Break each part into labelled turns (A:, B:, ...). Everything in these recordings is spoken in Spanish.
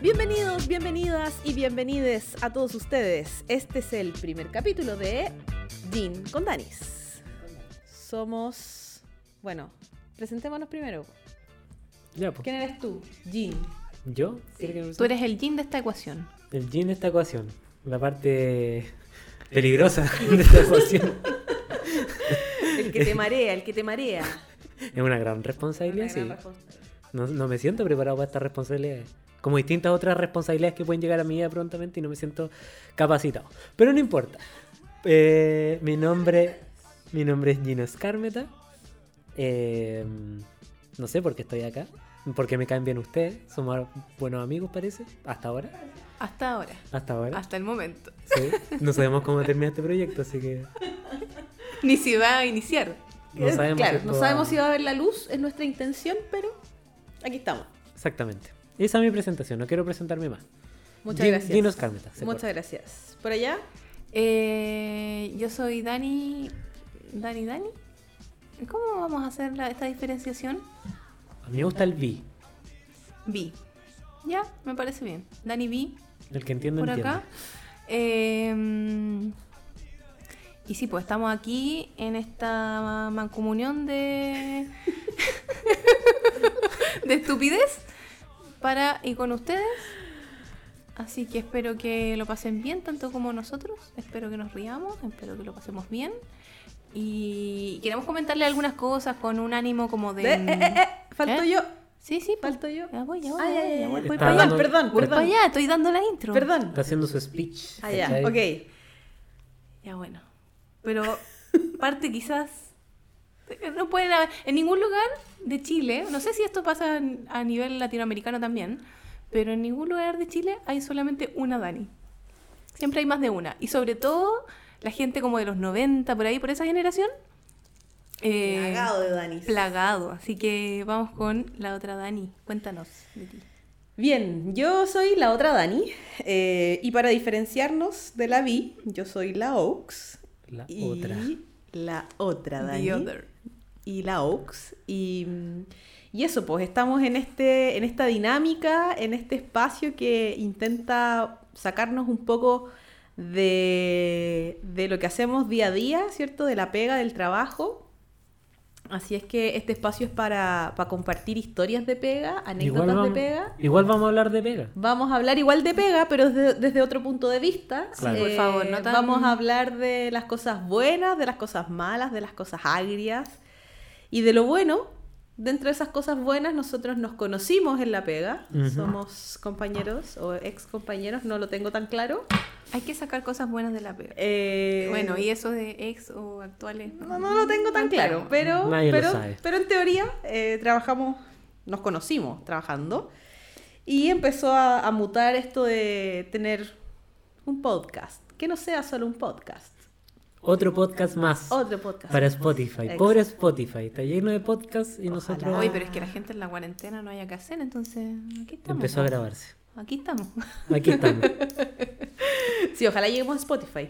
A: Bienvenidos, bienvenidas y bienvenides a todos ustedes. Este es el primer capítulo de Gin con Danis. Somos, bueno, presentémonos primero.
B: Ya, pues.
A: ¿Quién eres tú? Gin.
B: ¿Yo? ¿Quiere que me
C: Tú eres el yin de esta ecuación.
B: El gin de esta ecuación. La parte peligrosa de esta ecuación.
A: El que te marea, el que te marea.
B: Es una gran responsabilidad,
A: Una gran
B: sí.
A: responsabilidad.
B: No, no me siento preparado para estas responsabilidades. Como distintas otras responsabilidades que pueden llegar a mi vida prontamente y no me siento capacitado. Pero no importa. Eh, mi nombre. Mi nombre es Gino Escarmeta. Eh, no sé por qué estoy acá. Porque me caen bien ustedes. Somos buenos amigos, parece. Hasta ahora.
C: Hasta ahora.
B: Hasta ahora.
C: Hasta el momento.
B: Sí. No sabemos cómo termina este proyecto, así que.
C: Ni si va a iniciar.
B: No sabemos
A: Eh, claro,
B: esto
A: no
B: va-
A: sabemos si va a haber la luz, es nuestra intención, pero aquí estamos.
B: Exactamente. Esa es mi presentación, no quiero presentarme más.
A: Muchas
B: Gin-
A: gracias.
B: Ginos Carmeta. se
A: Muchas
B: corta.
A: gracias. ¿Por allá?
C: Eh, yo soy Dani. Dani, Dani. ¿Cómo vamos a hacer la- esta diferenciación?
B: A mí me gusta el B.
C: B. Ya, me parece bien. Dani B,
B: El que entiende,
C: por
B: entiende.
C: acá. Eh, y sí, pues estamos aquí en esta mancomunión de. de estupidez para y con ustedes. Así que espero que lo pasen bien, tanto como nosotros. Espero que nos riamos, espero que lo pasemos bien. Y queremos comentarle algunas cosas con un ánimo como de.
A: De- eh, eh, eh, falto
C: Em, ¿Eh?
A: yo.
C: Sí, sí, pues.
A: Falto yo.
C: Ya voy, ya voy,
A: Ay,
C: ya
A: ay,
C: voy, ya
A: ay,
C: voy,
A: ay.
C: voy
B: Está
C: para allá.
B: dando-
A: Perdón,
C: Voy
A: perdón,
C: para allá, estoy dando la intro.
A: Perdón.
B: Está haciendo su speech.
A: Ah, ya,
B: ¿cachai?
A: ok.
C: Ya bueno. Pero parte quizás. No pueden haber. En ningún lugar de Chile, no sé si esto pasa en- a nivel latinoamericano también, pero en ningún lugar de Chile hay solamente una Dani. Siempre hay más de una. Y sobre todo la gente como de los 90, por ahí, por esa generación. eh,
A: Plagado de Danis.
C: plagado. Así que vamos con la otra Dani. Cuéntanos de ti.
A: Bien, yo soy la otra Dani. eh, y para diferenciarnos de la Vi, yo soy la Oaks.
B: La
A: y
B: otra.
A: La otra
C: The
A: Dani.
C: other.
A: Y la Oaks. Y, y eso, pues estamos en, este, en esta dinámica, en este espacio que intenta sacarnos un poco de, de lo que hacemos día a día, ¿cierto? De la pega, del trabajo. Así es que este espacio es para, para compartir historias de pega, anécdotas de
B: vamos,
A: pega.
B: igual vamos a hablar de pega.
A: Vamos a hablar igual de pega, pero desde, desde otro punto de vista. Eh,
B: Claro.
C: Sí, por favor, no tan-
A: Vamos a hablar de las cosas buenas, de las cosas malas, de las cosas agrias y de lo bueno. Dentro de esas cosas buenas, nosotros nos conocimos en la pega.
B: Ujú.
A: Somos compañeros o ex compañeros, no lo tengo tan claro.
C: Hay que sacar cosas buenas de la pega.
A: Eh,
C: bueno, y eso de ex o actuales.
A: No, no lo tengo tan claro, pero,
B: Nadie lo
A: pero,
B: sabe.
A: pero en teoría eh, trabajamos, nos conocimos trabajando y empezó a, a mutar esto de tener un podcast, que no sea solo un podcast,
B: Otro podcast más
A: otro podcast.
B: para Spotify.
A: Ex-
B: Pobre Spotify. Está lleno de podcasts y nosotros
C: Oye, pero es que la gente en la cuarentena no haya que hacer, entonces aquí estamos.
B: empezó a grabarse.
C: Aquí estamos.
B: Aquí estamos.
A: Sí, ojalá lleguemos a Spotify.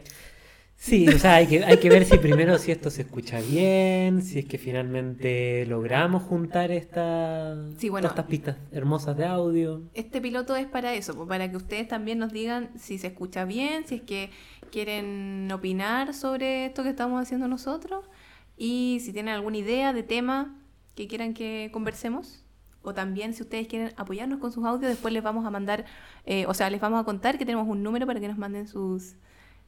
B: Sí, o sea, hay que, hay que ver si primero si esto se escucha bien, si es que finalmente logramos juntar esta,
C: Sí, bueno.
B: todas estas pistas hermosas de audio.
C: Este piloto es para eso, pues, para que ustedes también nos digan si se escucha bien, si es que quieren opinar sobre esto que estamos haciendo nosotros y si tienen alguna idea de tema que quieran que conversemos. O también si ustedes quieren apoyarnos con sus audios, después les vamos a mandar, eh, o sea, les vamos a contar que tenemos un número para que nos manden sus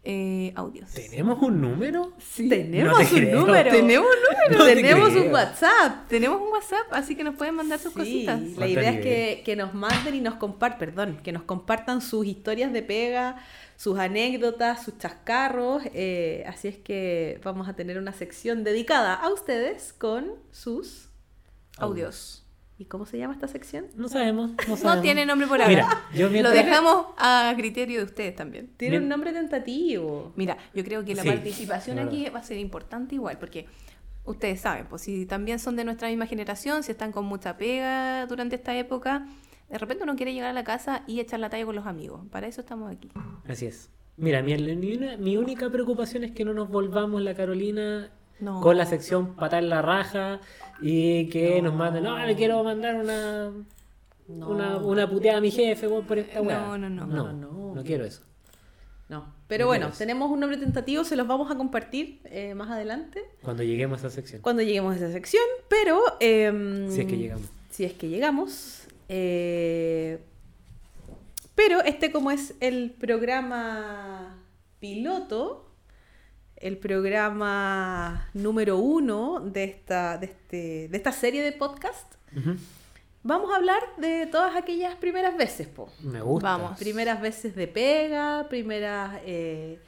C: eh, audios.
B: ¿Tenemos un número?
A: Tenemos
B: No te
A: un
B: creo.
A: número.
C: Tenemos un número.
B: No te
A: Tenemos
B: creo.
A: un WhatsApp.
C: Tenemos un WhatsApp, así que nos pueden mandar sus
A: Sí,
C: cositas.
A: la
B: Falta
A: idea es
B: nivel.
A: que, que nos manden y nos compartan, perdón, que nos compartan sus historias de pega, sus anécdotas, sus chascarros. eh, así es que vamos a tener una sección dedicada a ustedes con sus...
C: Audios.
A: ¿Y cómo se llama esta sección?
B: No sabemos, no sabemos.
C: No tiene nombre por ahora.
B: Mira, yo
C: Lo
B: mientras-
C: dejamos a criterio de ustedes también.
A: Tiene un
B: Bien.
A: nombre tentativo.
C: Mira, yo creo que la
B: Sí,
C: participación
B: la verdad.
C: aquí va a ser importante igual, porque ustedes saben, pues si también son de nuestra misma generación, si están con mucha pega durante esta época, de repente uno quiere llegar a la casa y echar la talla con los amigos. Para eso estamos aquí.
B: Así es. Mira, mi, mi una- mi única preocupación es que no nos volvamos la Carolina
C: No.
B: con la sección patar la raja y que nos manden, no, le quiero mandar una
A: No.
B: una, una puteada a mi jefe weón, por esta
C: No,
B: weá.
C: no, no.
B: No,
A: No, no,
B: no
A: ok.
B: quiero eso.
A: No. Pero
B: No
A: bueno,
B: es.
A: tenemos un nombre tentativo, se los vamos a compartir eh, más adelante,
B: Cuando lleguemos a esa sección.
A: cuando lleguemos a esa sección, pero... em,
B: Si es que llegamos.
A: Si es que llegamos. eh, pero este como es el programa piloto, el programa número uno de esta, de este- de esta serie de podcast,
B: Ujú.
A: vamos a hablar de todas aquellas primeras veces, po.
B: Me gusta.
C: Vamos.
A: Primeras veces de pega, primeras... eh,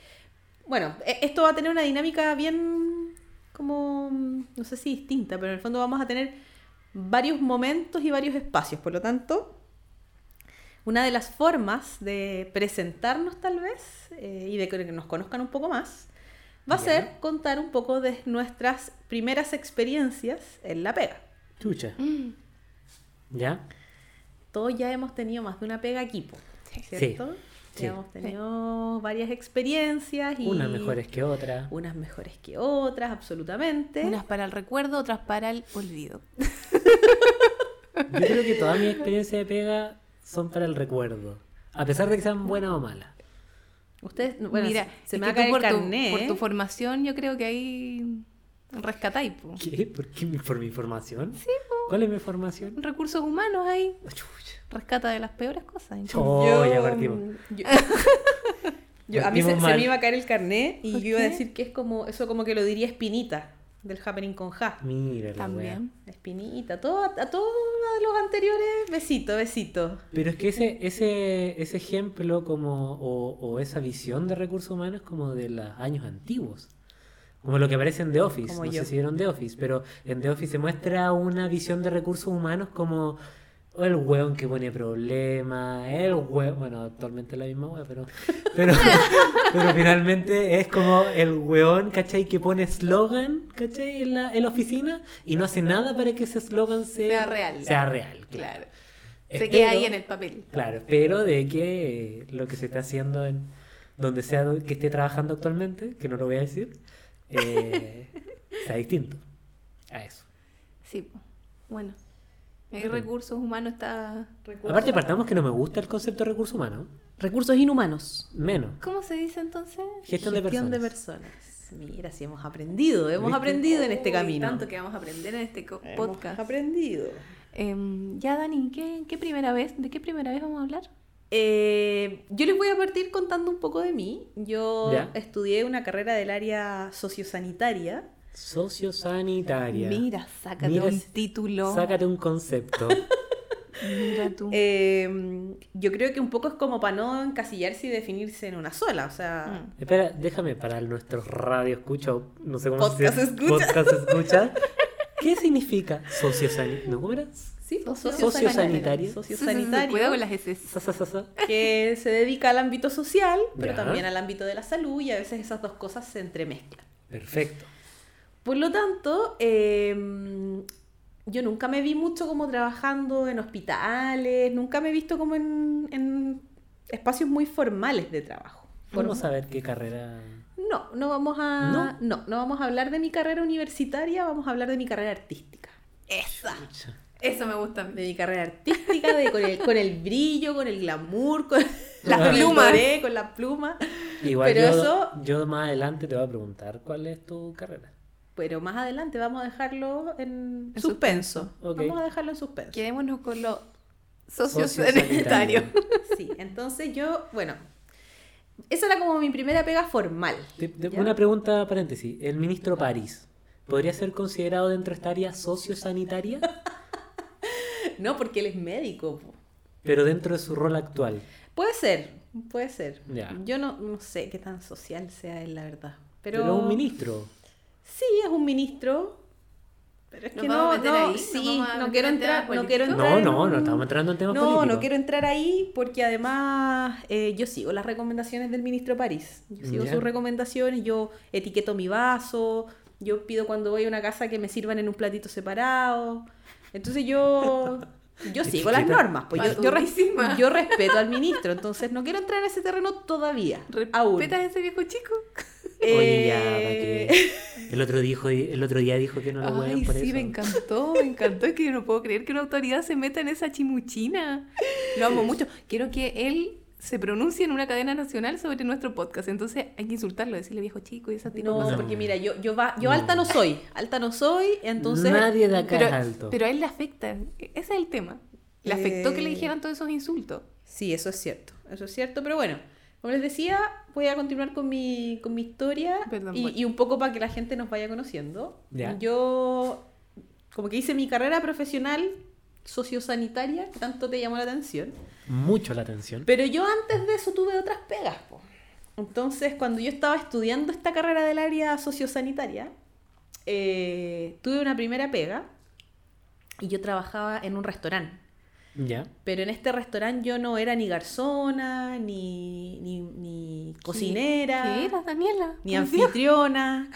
A: bueno, e- esto va a tener una dinámica bien como, mm, no sé si distinta, pero en el fondo vamos a tener varios momentos y varios espacios. Por lo tanto, una de las formas de presentarnos tal vez eh, y de que nos conozcan un poco más va a
B: Ya.
A: ser contar un poco de nuestras primeras experiencias en la pega.
B: Chucha. ¿Ya?
A: Todos ya hemos tenido más de una pega equipo,
C: Sí.
A: ¿cierto?
B: Sí.
A: Ya hemos tenido varias experiencias y
B: Unas mejores que otras.
A: unas mejores que otras, absolutamente.
C: Unas para el recuerdo, otras para el olvido.
B: Yo creo que todas mis experiencias de pega son para el recuerdo. A pesar de que sean buenas o malas.
A: Ustedes, no, bueno,
C: Mira,
A: se
C: es
A: me va a
C: que
A: caer
C: tú por,
A: el
C: tu,
A: carné,
C: por tu
A: ¿eh?
C: formación yo creo que ahí rescatáis, po.
B: ¿Qué? ¿Por qué? ¿Mi- ¿Por mi formación? Sí, ¿Cuál es mi formación?
C: Recursos humanos ahí
B: Chucha.
C: rescata de las peores cosas. entonces.
B: Oh, ya partimos.
A: yo- yo- a mí se,
B: Partimos
A: se
B: mal.
A: me iba a caer el carné y
C: ¿Por
A: yo iba a
C: qué?
A: decir que es como, eso como que lo diría Espinita, del Happening con Ja.
B: Mira la wea.
C: También.
A: Espinita, todo, a todos los anteriores, besito, besito.
B: Pero es que ese, ese, ese ejemplo como, o, o esa visión de recursos humanos como de los años antiguos. Como lo que aparece en The Office.
A: Como
B: no
A: yo.
B: sé si vieron The Office, pero en The Office se muestra una visión de recursos humanos como "Oh, el hueón que pone problemas, el hueón, bueno, actualmente es la misma hueá, pero, pero, pero finalmente es como el hueón, ¿cachai? Que pone eslogan, ¿cachai? En la, en la oficina y no hace nada para que ese eslogan sea,
C: Sea real.
B: Sea real, claro.
C: Claro.
B: Eh,
C: Se queda ahí
B: Espero-
C: en el papel.
B: Claro,
A: Este,
B: pero de que eh, lo que se está haciendo en donde sea do- que esté trabajando actualmente, que no lo voy a decir, eh, sea distinto a eso.
C: Sí, po. bueno. Ahí recursos humanos está...
B: Aparte, partamos que no me gusta el concepto de recurso humano.
A: Recursos inhumanos.
B: Menos.
C: ¿Cómo se dice entonces?
B: Gestión de personas.
A: de personas. Mira, sí hemos aprendido, hemos
B: ¿Viste?
A: aprendido en este
C: Uy,
A: camino.
C: Tanto que vamos a aprender en este co-
A: Hemos
C: podcast.
A: aprendido.
C: Em, ya, Dani, ¿qué, qué primera vez? ¿De qué primera vez vamos a hablar?
A: Eh, yo les voy a partir contando un poco de mí. Yo
B: Ya.
A: estudié una carrera del área sociosanitaria.
B: Sociosanitaria.
C: Mira, sácate
B: Mira
C: un
B: ese-
C: título.
B: Sácate un concepto.
C: Mira tú.
A: Eh, yo creo que un poco es como para no encasillarse y definirse en una sola. O sea,
C: Mm.
B: Espera, déjame para nuestros radio escucha, o no sé cómo
A: Podcast
B: se dice.
A: escucha.
B: Podcast escucha. ¿Qué significa sociosanitaria? ¿No cómo era?
A: sí, pues,
C: Sociosanitaria.
B: Sociosanitaria.
C: Sí, sí, sí, Cuidado con las heces.
B: Sa, sa, sa, sa.
A: que se dedica al ámbito social, pero
B: Ya.
A: también al ámbito de la salud y a veces esas dos cosas se entremezclan.
B: Perfecto.
A: Por lo tanto, eh, yo nunca me vi mucho como trabajando en hospitales, nunca me he visto como en, en espacios muy formales de trabajo.
B: Vamos
A: Form-
B: a ver qué carrera.
A: No, no vamos a. ¿No? no, vamos a hablar de mi carrera universitaria, vamos a hablar de mi carrera artística.
C: Esa. Eso me gusta. a mí.
A: De mi carrera artística, de con el, con el brillo, con el glamour, con
C: Las
A: con el
C: plumas.
A: doré, con las plumas.
B: Igual
A: Pero
B: yo,
A: eso-
B: yo más adelante te voy a preguntar cuál es tu carrera.
A: Pero más adelante vamos a dejarlo en
C: En
A: suspenso.
B: suspenso. Ok.
A: Vamos a dejarlo en suspenso.
C: Quedémonos con lo
B: Sociosanitario.
C: sociosanitario.
A: Sí, entonces yo, bueno, esa era como mi primera pega formal.
B: Te- te-
A: ¿Ya?
B: una pregunta paréntesis. El ministro París. ¿Podría ser considerado dentro de esta área sociosanitaria?
A: No, porque él es médico. po.
B: Pero dentro de su rol actual.
A: Puede ser, puede ser.
B: Ya.
A: Yo no, no sé qué tan social sea él, la verdad. Pero,
B: Pero, un ministro.
A: Sí, es un ministro. Pero es
C: ¿Nos
A: que
C: vamos
A: no,
C: a meter
A: no,
C: ahí? ¿Nos
A: sí,
C: vamos a
A: no
C: meter
A: quiero
C: en temas
A: entrar, no quiero
C: políticos?
A: entrar
B: No,
A: en
B: no,
A: un-
B: no estamos entrando en temas
A: no,
B: políticos.
A: no quiero entrar ahí porque además eh, yo sigo las recomendaciones del ministro París. Yo sigo
B: Ya.
A: sus recomendaciones, yo etiqueto mi vaso, yo pido cuando voy a una casa que me sirvan en un platito separado. Entonces yo, yo sigo las
B: Etiqueta.
A: normas, pues yo, yo, res-
C: Patudísima.
A: yo respeto al ministro, entonces no quiero entrar en ese terreno todavía. aún.
C: ¿Respetas a ese viejo chico?
B: Oye, ya, ¿para
A: Eh,
B: qué? El otro, dijo, el otro día dijo que no lo hueven
C: Ay,
B: por
C: sí,
B: eso.
C: me encantó, me encantó. Es que yo no puedo creer que una autoridad se meta en esa chimuchina. Lo amo mucho. Quiero que él se pronuncie en una cadena nacional sobre nuestro podcast. Entonces hay que insultarlo, decirle viejo chico y esa tipo de
A: No,
B: No.
A: porque mira, yo, yo, va, yo
B: No.
A: alta no soy. Alta no soy, entonces.
B: Nadie de acá es
C: Pero,
B: alto.
C: pero a él le afecta. E-, Ese es el tema. Le afectó que le
A: Eh.
C: dijeran todos esos insultos.
A: Sí, eso es cierto. Eso es cierto, pero bueno. Como les decía, voy a continuar con mi, con mi historia
C: Perdón,
A: y,
C: voy.
A: y un poco para que la gente nos vaya conociendo.
B: Ya.
A: Yo, como que hice mi carrera profesional sociosanitaria, que tanto te llamó la atención.
B: Mucho la atención.
A: Pero yo antes de eso tuve otras pegas. po. Entonces, cuando yo estaba estudiando esta carrera del área sociosanitaria, eh, tuve una primera pega y yo trabajaba en un restaurante.
B: Ya.
A: Pero en este restaurante yo no era ni garzona, ni, ni, ni cocinera,
C: ¿Qué eras, Daniela?
A: ni
C: Por Dios.
A: anfitriona.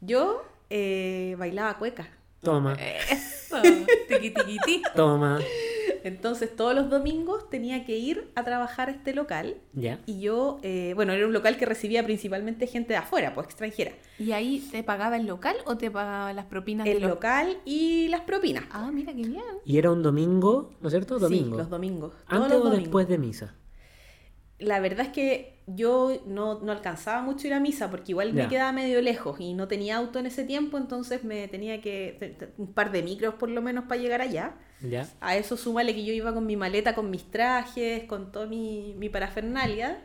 A: Yo eh, bailaba cueca.
B: Toma,
C: Eso. Tiqui, tiqui, ti.
B: toma.
A: Entonces todos los domingos tenía que ir a trabajar a este local
B: Ya.
A: Y yo, eh, bueno, era un local que recibía principalmente gente de afuera, pues extranjera.
C: ¿Y ahí te pagaba el local o te pagaba las propinas
A: El
C: del local?
A: local y las propinas.
C: Ah, mira qué bien.
B: Y era un domingo, ¿no es cierto? Domingo.
A: Sí, los domingos. todos
B: Antes
A: los
B: o
A: domingos.
B: después de misa.
A: La verdad es que yo no, no alcanzaba mucho ir a misa porque igual
B: Ya.
A: me quedaba medio lejos y no tenía auto en ese tiempo, entonces me tenía que te- te- un par de micros por lo menos para llegar allá.
B: Ya.
A: A eso súmale que yo iba con mi maleta, con mis trajes, con toda mi, mi parafernalia.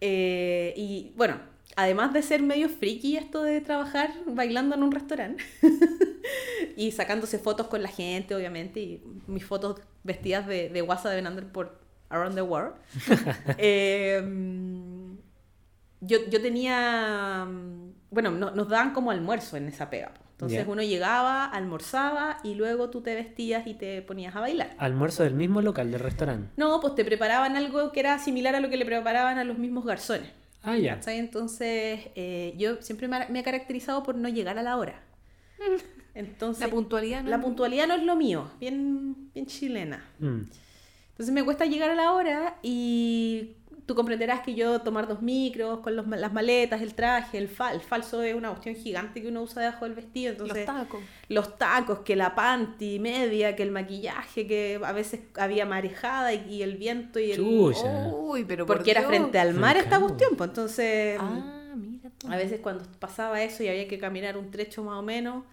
A: Eh, y bueno, además de ser medio friki esto de trabajar bailando en un restaurante y sacándose fotos con la gente, obviamente, y mis fotos vestidas de, de guasa de Benander por Around the World. Eh, yo, yo tenía, mm, bueno, no- nos daban como almuerzo en esa pega. po. Entonces
B: Ya.
A: uno llegaba, almorzaba y luego tú te vestías y te ponías a bailar.
B: Almuerzo del mismo local, del restaurante.
A: No, pues te preparaban algo que era similar a lo que le preparaban a los mismos garzones.
B: Ah, ya.
A: ¿Cachai? Entonces, eh, yo siempre me, ha- me he caracterizado por no llegar a la hora. Entonces,
C: La puntualidad, ¿no?
A: la puntualidad no es lo mío, bien, bien chilena.
B: Mm.
A: Entonces me cuesta llegar a la hora y tú comprenderás que yo tomar dos micros con los ma- las maletas, el traje, el, fal el falso es una cuestión gigante que uno usa debajo del vestido. Entonces,
C: Los tacos.
A: los tacos, que la panty media, que el maquillaje, que a veces había marejada y, y el viento y el...
B: Chucha.
C: Uy, pero por
A: porque era
C: Dios.
A: frente al
B: Me
A: mar esta
B: cago.
A: cuestión, pues entonces...
C: Ah, mira tú.
A: A veces cuando pasaba eso y había que caminar un trecho más o menos,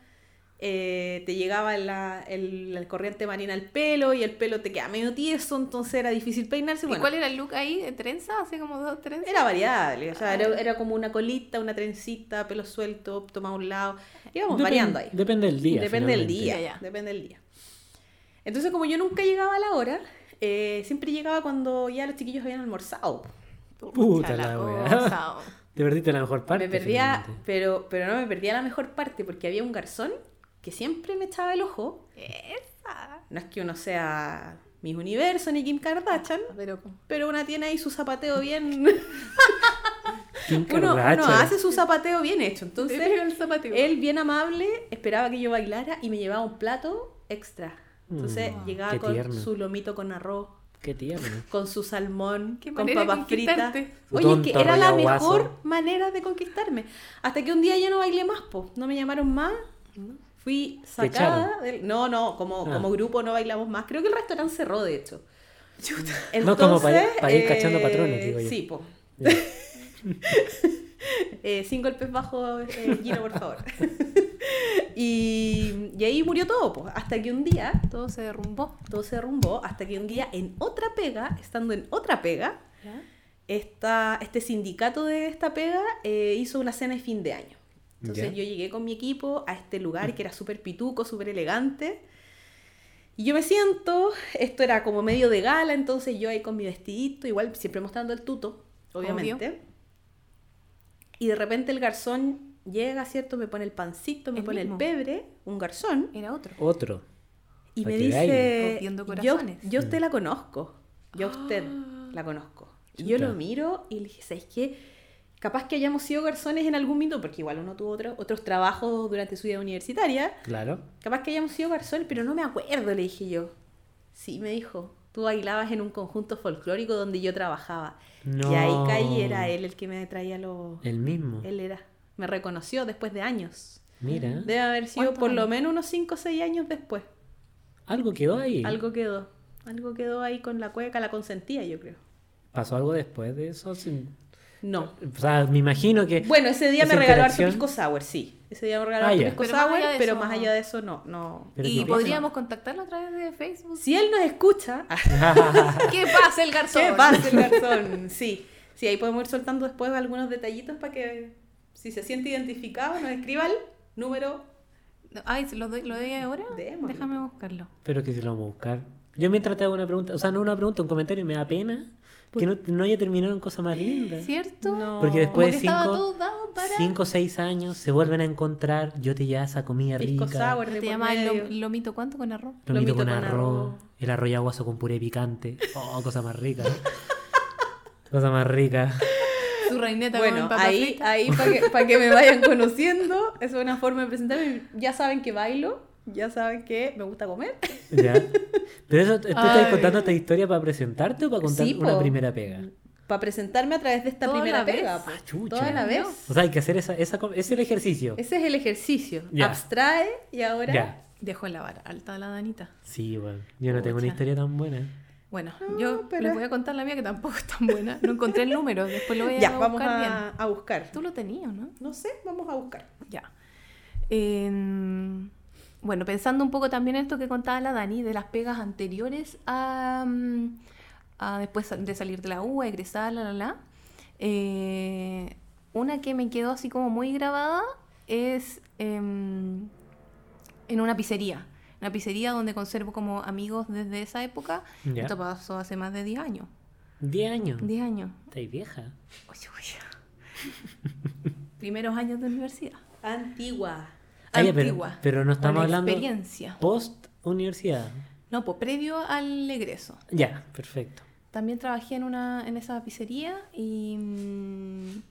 A: eh, te llegaba la, el, la corriente marina al pelo y el pelo te quedaba medio tieso, entonces era difícil peinarse.
C: ¿Y
A: Bueno,
C: cuál era el look ahí? ¿De trenza? ¿Hacía como dos trenzas?
A: era variable, o sea,
C: Ah.
A: era, era como una colita, una trencita, pelo suelto, toma a un lado, íbamos
B: Depen-
A: variando ahí.
B: Depende del día.
A: Depende del
B: finalmente.
A: día,
C: Ya, ya.
A: depende del día. Entonces, como yo nunca llegaba a la hora, eh, siempre llegaba cuando ya los chiquillos habían almorzado.
B: Puta la wea.
C: cosa. oh.
B: Te perdiste la mejor parte.
A: me perdía,
B: finalmente.
A: pero, pero no me perdía la mejor parte porque había un garzón que siempre me echaba el ojo.
C: Esa.
A: No es que uno sea Miss Universo ni Kim Kardashian,
C: Pero
A: pero una tiene ahí su zapateo bien.
B: Kim
A: uno, uno
B: Kardashian.
A: hace su zapateo bien hecho.
C: Te veo
A: Entonces,
C: el zapateo.
A: él bien amable esperaba que yo bailara y me llevaba un plato extra. Entonces
B: Mm,
A: llegaba
B: qué
A: con
B: tierno.
A: su lomito con arroz,
B: Qué tierno.
A: con su salmón,
C: Qué
A: con
C: manera de
A: papas fritas.
C: conquistarte.
B: Tu
A: Oye, es que
B: tonto
A: era la
B: rayado guaso.
A: mejor manera de conquistarme. Hasta que un día yo no bailé más, po. No me llamaron más. Fui sacada. del- No, no, como,
B: Ah.
A: como grupo no bailamos más. Creo que el restaurante cerró, de hecho. Entonces, eh,
B: No, como para ir- para ir cachando patrones, digo yo.
A: Sí, po.
B: Ya.
A: Eh, sin golpes bajos, eh, Gino, por favor. y, y ahí murió todo, po. Hasta que un día
C: Todo se derrumbó.
A: todo se derrumbó hasta que un día en otra pega, estando en otra pega,
C: ¿Ya?
A: esta, este sindicato de esta pega eh, hizo una cena de fin de año. Entonces
B: Ya.
A: yo llegué con mi equipo a este lugar que era súper pituco, súper elegante. Y yo me siento, esto era como medio de gala, entonces yo ahí con mi vestidito, igual siempre mostrando el tuto, obviamente. Y de repente el garzón llega, ¿cierto? Me pone el pancito, me
C: El
A: pone
C: mismo.
A: el pebre, un garzón.
C: Era otro.
B: Otro.
A: Y
B: Pa'
A: me
B: que Mm. veáis.
A: dice,
C: Rompiendo
A: yo,
C: corazones". Ah.
A: yo a usted la conozco, yo a usted la conozco. Y yo
B: Chuta.
A: lo miro y le dije, ¿sabes qué? Capaz que hayamos sido garzones en algún minuto, porque igual uno tuvo otro- otros trabajos durante su vida universitaria,
B: Claro.
A: capaz que hayamos sido garzones, pero no me acuerdo, le dije yo. Sí, me dijo, tú bailabas en un conjunto folclórico donde yo trabajaba.
B: No. Eh.
A: Y ahí caí, era él el que me traía los...
B: El mismo.
A: Él era, Me reconoció después de años.
B: Mira,
A: Debe haber sido
C: ¿Cuántos
A: por lo
C: años?
A: menos unos 5 o 6 años después.
B: algo quedó ahí.
A: Algo quedó. Algo quedó ahí con la cueca, la consentía, yo creo.
B: ¿Pasó algo después de eso? Sí.
A: No.
B: O sea, me imagino que...
A: Eh, Bueno, ese día
B: esa
A: me regaló harto
B: interacción-
A: pisco sour, sí. Ese día me regaló
B: Ah,
A: harto
B: ya. Eh.
A: pisco
C: Pero más
A: sour,
C: allá de
A: pero
C: eso,
A: más
C: no.
A: allá de eso no, no.
B: Pero
C: y
B: qué pasa.
C: podríamos contactarlo a través de Facebook.
A: Si él nos escucha,
C: ¿Qué pasa, el garzón?
A: ¿qué pasa el garzón? Sí. Sí, ahí podemos ir soltando después algunos detallitos para que si se siente identificado nos escriba el número
C: Ay, ¿se ¿lo doy, ¿lo doy ahora?
A: Démoslo.
C: Déjame buscarlo.
B: Pero que si lo vamos a buscar. Yo mientras te hago una pregunta, o sea, no una pregunta, un comentario, y me da pena
A: Pues
B: que no, no haya terminado en cosa más linda.
C: ¿Cierto?
A: No.
B: Porque
C: Como
B: después
C: que
B: de
C: estaba
B: cinco,
C: todo dado para...
B: cinco o seis años se vuelven a encontrar, yo te llevo esa comida
A: pisco
B: rica.
A: sour. de
C: Te
A: por
C: llama el
A: medio.
C: lo- lomito cuánto con arroz.
B: Lomito,
A: Lomito
B: con,
A: con
B: arroz,
A: arroz.
B: el arroz aguazo con puré picante. Oh, cosa más rica. cosa más rica.
C: Su reineta
A: Bueno,
C: con papas
A: ahí,
C: fritas.
A: ahí para que, pa' que me vayan conociendo, es una forma de presentarme. Ya saben que bailo, ya saben que me gusta comer.
B: ¿Ya? Pero eso, ¿tú estás
C: Ay.
B: contando esta historia para presentarte o para contar
A: Sí,
B: una
A: po.
B: primera pega?
A: Para presentarme a través de esta
C: Toda la
A: primera
C: vez.
A: pega. po.
B: Ah, chucha.
A: Toda la vez.
B: O sea, hay que hacer esa, esa com- es el ejercicio.
A: Ese es el ejercicio.
B: Ya.
A: Abstrae y ahora.
B: Ya.
C: Dejó la vara alta la Danita.
B: Sí, bueno. Yo no tengo una
C: Pucha.
B: historia tan buena.
C: Bueno,
A: No,
C: yo
A: Ah, pero
C: les
A: es-
C: voy a contar la mía que tampoco es tan buena. No encontré el número, después lo voy a
A: Ya,
C: buscar
A: vamos
C: bien.
A: a, a buscar.
C: Tú lo tenías, ¿no?
A: No sé, vamos a buscar.
C: Ya. En- bueno, pensando un poco también en esto que contaba la Dani, de las pegas anteriores a, mm, a después de salir de la U, a egresar, la, la, la. Eh, una que me quedó así como muy grabada es em, en una pizzería. Una pizzería donde conservo como amigos desde esa época.
B: Ya. Mm.
C: Esto pasó hace más de 10 años.
B: ¿Diez años?
C: 10 años.
B: ¿Estáis vieja?
C: Uy, uy. Primeros años de universidad.
A: Antigua.
B: Ah, ya, pero-
C: Antigua.
B: Pero, no estamos
C: Una
B: hablando
C: experiencia.
B: post universidad.
C: No, pues previo al egreso.
B: Ya, perfecto.
C: También trabajé en una en esa pizzería y, mm,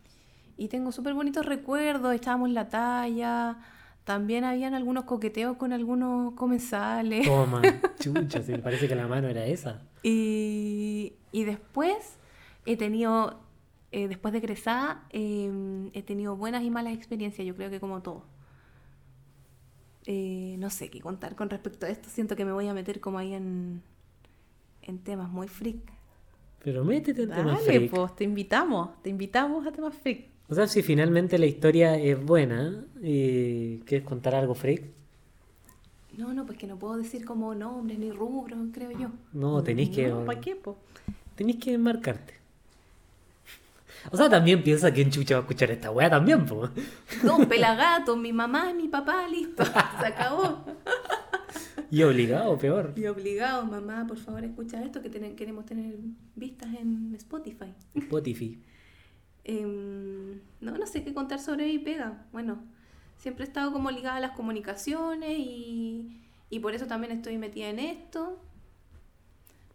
C: y tengo súper bonitos recuerdos. Echábamos la talla. También habían algunos coqueteos con algunos comensales.
B: Toma, chucha, sí, me parece que la mano era esa.
C: Y, y después he tenido, eh, después de egresada, eh, he tenido buenas y malas experiencias, yo creo que como todo. Eh, no sé qué contar con respecto a esto, siento que me voy a meter como ahí en, en temas muy freak.
B: Pero métete en
A: Dale,
B: temas freak.
A: pues, te invitamos. Te invitamos a temas freak.
B: O sea, si finalmente la historia es buena y quieres contar algo freak,
C: No, no, pues que no puedo decir como nombres ni rubros, creo yo.
B: no, tenéis que,
A: ¿Para qué, po?
B: tenéis que marcarte. O sea, también piensa que en chucha va a escuchar esta wea también, po.
C: Dos pelagatos, mi mamá y mi papá, listo, se acabó.
B: Y obligado, peor.
C: Y obligado, mamá, por favor, escucha esto que tenen- queremos tener vistas en Spotify.
B: Spotify.
C: Em, no, no sé qué contar sobre mi pega. Bueno, siempre he estado como ligada a las comunicaciones y, y por eso también estoy metida en esto.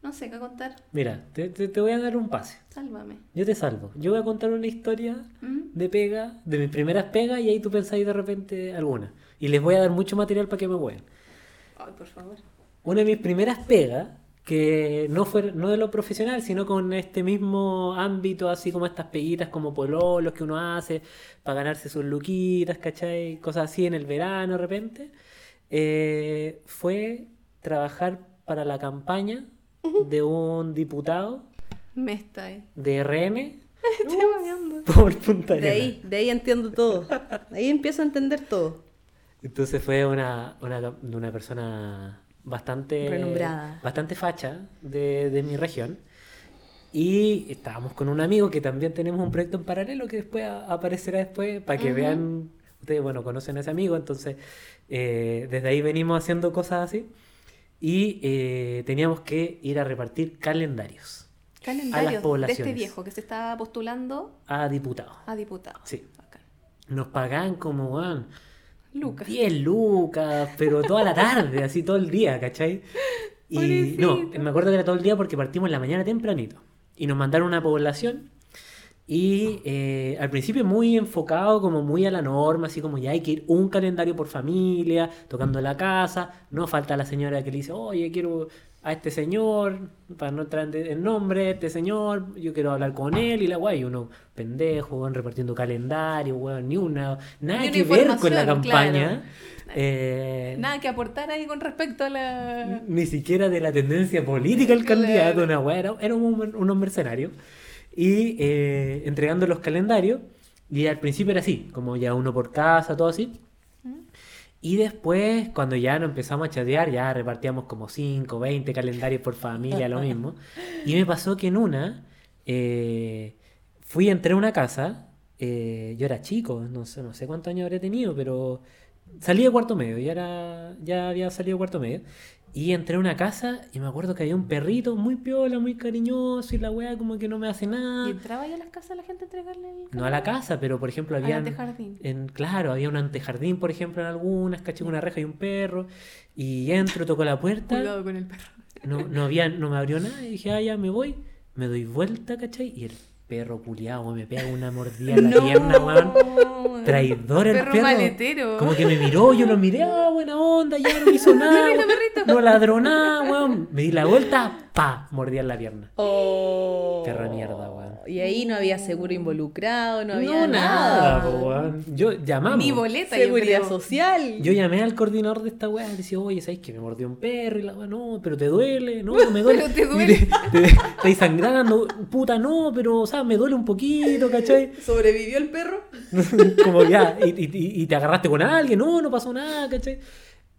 C: No sé qué contar.
B: Mira, te- te- te voy a dar un pase.
C: Sálvame.
B: Yo te salvo. Yo voy a contar una historia
C: ¿Mm?
B: de pega, de mis primeras pegas, y ahí tú pensáis de repente alguna. Y les voy a dar mucho material para que me hueven.
C: Ay, por favor.
B: Una de mis primeras pegas, que no fue no de lo profesional, sino con este mismo ámbito, así como estas peguitas como pololos que uno hace para ganarse sus luquitas, ¿cachai? Cosas así en el verano de repente, eh, fue trabajar para la campaña de un diputado
C: Me está ahí.
B: de RN
C: Estoy hueveando.
B: por Punta
A: De
B: Arenas.
A: ahí, de ahí entiendo todo. Ahí empiezo a entender todo.
B: Entonces fue una, una, una persona bastante,
A: Renombrada.
B: bastante facha de, de mi región. Y estábamos con un amigo que también tenemos un proyecto en paralelo que después a- aparecerá después para que
C: Ujú.
B: vean. Ustedes, bueno, conocen a ese amigo, entonces eh, desde ahí venimos haciendo cosas así. Y eh, teníamos que ir a repartir calendarios
C: Calendario de este
B: poblaciones.
C: viejo que se está postulando
B: a diputados.
C: a diputado.
B: Sí,
C: Bacán.
B: nos pagaban como, weón,
C: Lucas.
B: 10 lucas, pero toda la tarde, así todo el día, ¿cachai? Y no,
C: Pobrecito.
B: me acuerdo que era todo el día porque partimos en la mañana tempranito. Y nos mandaron a una población Y eh, al principio muy enfocado, como muy a la norma, así como ya hay que ir un calendario por familia, tocando la casa. No falta la señora que le dice, oye, quiero a este señor, para no entrar en de- en nombre, este señor, yo quiero hablar con él y la guay. Y uno, pendejo, weón, repartiendo calendario, weón, ni una, nada
C: Ni una
B: que ver con la
C: información,
B: campaña.
C: claro.
B: Eh,
C: Nada que aportar ahí con respecto a la...
B: ni siquiera de la tendencia política el
C: Claro.
B: candidato, una weá, era, era un, unos mercenarios. Y eh, entregando los calendarios, y al principio era así, como ya uno por casa, todo así. Y después, cuando ya nos empezamos a chatear, ya repartíamos como 5, 20 calendarios por familia, lo mismo. Y me pasó que en una, eh, fui, entré a una casa, eh, yo era chico, no sé, no sé cuántos años habré tenido, pero salí de cuarto medio, ya, era, ya había salido de cuarto medio. Y entré a una casa y me acuerdo que había un perrito muy piola, muy cariñoso y la wea como que no me hace
C: ¿Y
B: nada.
C: entraba ahí a las casas la gente a entregarle el...
B: No a la casa, pero por ejemplo
C: Al
B: había...
C: antejardín.
B: En, claro, había un antejardín, por ejemplo, en algunas, caché una reja y un perro. Y entro, toco la puerta,
C: Cuidado con el perro.
B: no, no, había, no me abrió nada. Y dije, ah, ya me voy. Me doy vuelta, ¿cachai? Y el perro culiado me pega una mordida en la pierna, weón. Traidor el
C: Perro
B: perro.
C: maletero.
B: Como que me miró, yo lo miré, ah, buena onda, ya no me hizo nada.
C: Mira,
B: weón.
C: perrito.
B: No ladró nada, weón. Me di la vuelta, pa, mordía en la pierna.
A: Oh.
B: Perro de mierda, weón.
A: Y ahí no había seguro involucrado, no había
B: No,
A: nada.
B: nada, weón. Yo llamamos.
C: Ni boleta, yo
A: Seguridad
C: creo.
A: social.
B: Yo llamé al coordinador de esta weá y le decía, oye, ¿sabes que me mordió un perro? Y la weá, no, pero te duele, no, me duele.
C: Pero te
B: Y
C: duele.
B: Te, te- estáis sangrando, puta, no, pero, o sea, me duele un poquito, ¿cachai?
A: ¿Sobrevivió el perro?
B: Como ya, y, y- y- y te agarraste con alguien, no, no pasó nada, ¿cachai?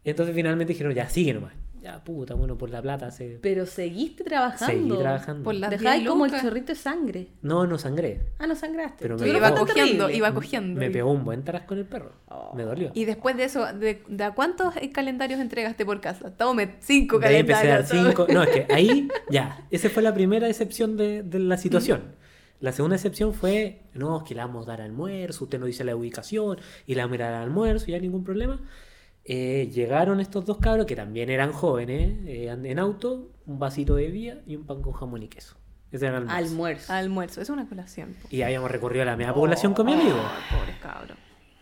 B: Entonces finalmente dijeron, ya, sigue nomás. Ya, puta, bueno, por la plata se...
A: Pero seguiste trabajando.
B: Seguí trabajando.
C: Por la- Las
A: Dejáis
C: diez
A: como el
C: lucas.
A: chorrito de sangre.
B: No, no sangré.
A: Ah, no sangraste.
B: Pero
A: Tú
B: me
A: no
C: iba
A: fue tan
C: cogiendo,
A: terrible.
C: iba cogiendo.
B: Me pegó un buen taras con el perro. Me dolió.
C: Y después de eso, ¿de, de a cuántos eh, calendarios entregaste por casa? Tome, cinco
B: De ahí empecé a dar
C: calendarios. tome.
B: cinco. No, es que ahí ya. Esa fue la primera excepción de, de la situación. La segunda excepción fue, no, es que le vamos a dar almuerzo, usted nos dice la ubicación y la vamos a dar almuerzo, ya ningún problema. Eh, llegaron estos dos cabros que también eran jóvenes, eh, an- en auto, un vasito de vía y un pan con jamón y queso. Ese era el almuerzo.
A: Almuerzo.
C: Almuerzo, es una colación. po.
B: y habíamos recorrido la media población con mi
A: Oh.
B: amigo.
C: Ay, pobres cabros.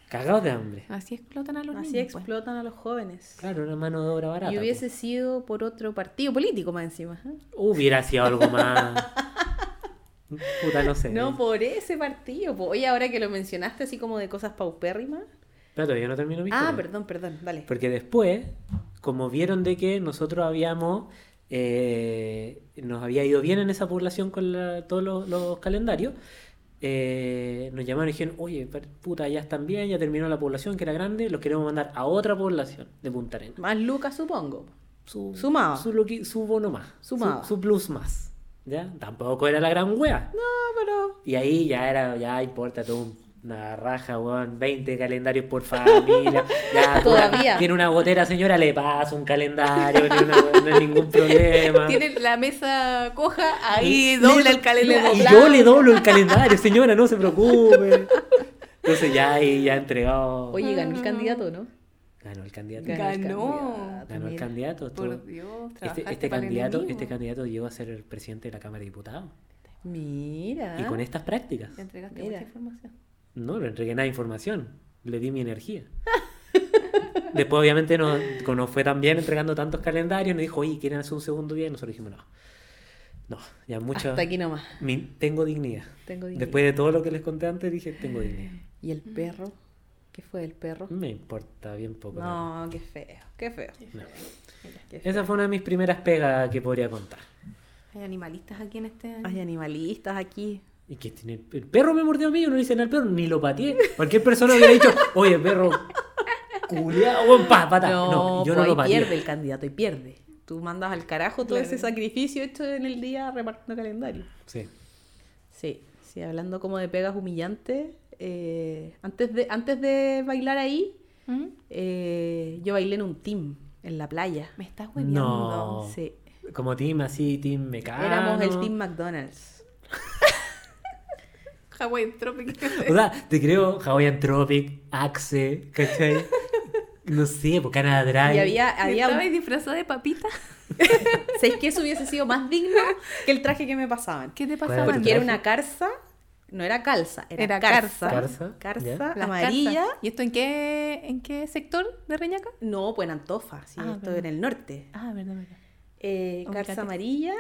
B: Cagados de hambre.
C: Así explotan a los
A: Así
C: niños. pues.
A: explotan a los jóvenes.
B: Claro, pues. una mano de obra barata.
A: y
B: po.
A: hubiese sido por otro partido político más encima. ¿eh?
B: Hubiera sido algo más. Puta, no sé.
A: No, por ese partido. po. Oye, ahora que lo mencionaste así como de cosas paupérrimas.
B: Pero todavía no termino mi
A: Ah,
B: historia.
A: perdón, perdón, dale.
B: Porque después, como vieron de que nosotros habíamos, eh, nos había ido bien en esa población con la- todos los, los calendarios, eh, nos llamaron y dijeron, oye, per- puta, ya están bien, ya terminó la población que era grande, los queremos mandar a otra población de Punta Arenas.
A: Más Lucas, supongo.
B: Su,
A: Sumaba.
B: Su, loqui- su bono más. su-
A: Sumaba.
B: Su, plus más. ¿Ya? Tampoco era la gran wea.
A: No, pero.
B: Y ahí ya era, ya importa tú, una raja, weón, 20 calendarios por familia. Ya,
A: Todavía.
B: Tiene una gotera, señora, le paso un calendario, ni una- no hay ningún problema.
C: Tiene la mesa coja, ahí
B: Le-
C: dobla
B: le-
C: el calendario.
B: Y yo le doblo el calendario, señora, no se preocupe. Entonces ya ahí ya entregó.
A: Oye, ganó el candidato, ¿no?
B: Ganó el candidato.
C: Ganó.
B: Ganó el
A: mira.
B: candidato.
C: Por
B: estuvo-
C: Dios,
B: Este,
C: trabajaste
B: este
C: para el
B: candidato,
C: enemigo.
B: este candidato llegó a ser el presidente de la Cámara de Diputados.
A: Mira.
C: Ah.
B: Y con estas prácticas.
C: Te entregaste
A: Mira.
C: mucha información.
B: No, no entregué nada de información. Le di mi energía. Después, obviamente, nos, como nos fue también entregando tantos calendarios. Nos dijo, oye, ¿quieren hacer un segundo día? Y nosotros dijimos, no. No, ya mucho.
A: Hasta aquí nomás.
B: Mi- tengo dignidad.
A: Tengo dignidad.
B: Después de todo lo que les conté antes, dije, tengo dignidad.
A: ¿Y el perro? ¿Qué fue el perro?
B: Me importa bien poco. también.
A: No, qué feo, qué feo.
B: No.
A: Qué feo.
B: Esa fue una de mis primeras pegas que podría contar.
C: Hay animalistas aquí en este año.
A: Hay animalistas aquí.
B: Y que tiene- el perro me mordió a mí, yo no le hice nada al perro, ni lo pateé. Cualquier persona hubiera dicho, oye, perro, culiao, weón, pa, pata. No, yo
A: pues
B: no lo
A: ahí
B: pateé.
A: pierde el candidato y pierde. Tú mandas al carajo todo
C: Claro.
A: ese sacrificio hecho en el día repartiendo calendario.
B: Sí.
A: Sí, sí, hablando como de pegas humillantes, eh, antes, de, antes de bailar ahí,
C: ¿Mm?
A: eh, yo bailé en un team, en la playa.
C: Me estás hueviando.
B: No.
A: Sí.
B: Como team así, team mecano.
A: Éramos el team McDonald's.
C: Hawaii Tropic.
B: O sea, te creo Hawaiian Tropic, Axe, ¿cachai? No sé, por Canada Drive.
A: Y había, había
C: ¿Estabais
A: un...
C: disfrazada de papita?
A: ¿Sabéis que eso hubiese sido más digno que el traje que me pasaban?
C: ¿Qué te
B: ¿Cuál
C: pasaba?
B: era tu
A: Porque era
B: traje?
A: una carza No era calza, era,
C: Era
A: carza.
B: carza.
A: Carza,
B: Carza, ya.
C: Las
A: amarilla.
C: calzas. ¿Y esto en qué, en qué sector de Reñaca?
A: No, pues en Antofa, sí,
C: Ah, Oh,
A: esto
C: verdad.
A: en el norte.
C: Ah, verdad, verdad.
A: Eh,
C: Ubícate.
A: calza amarilla,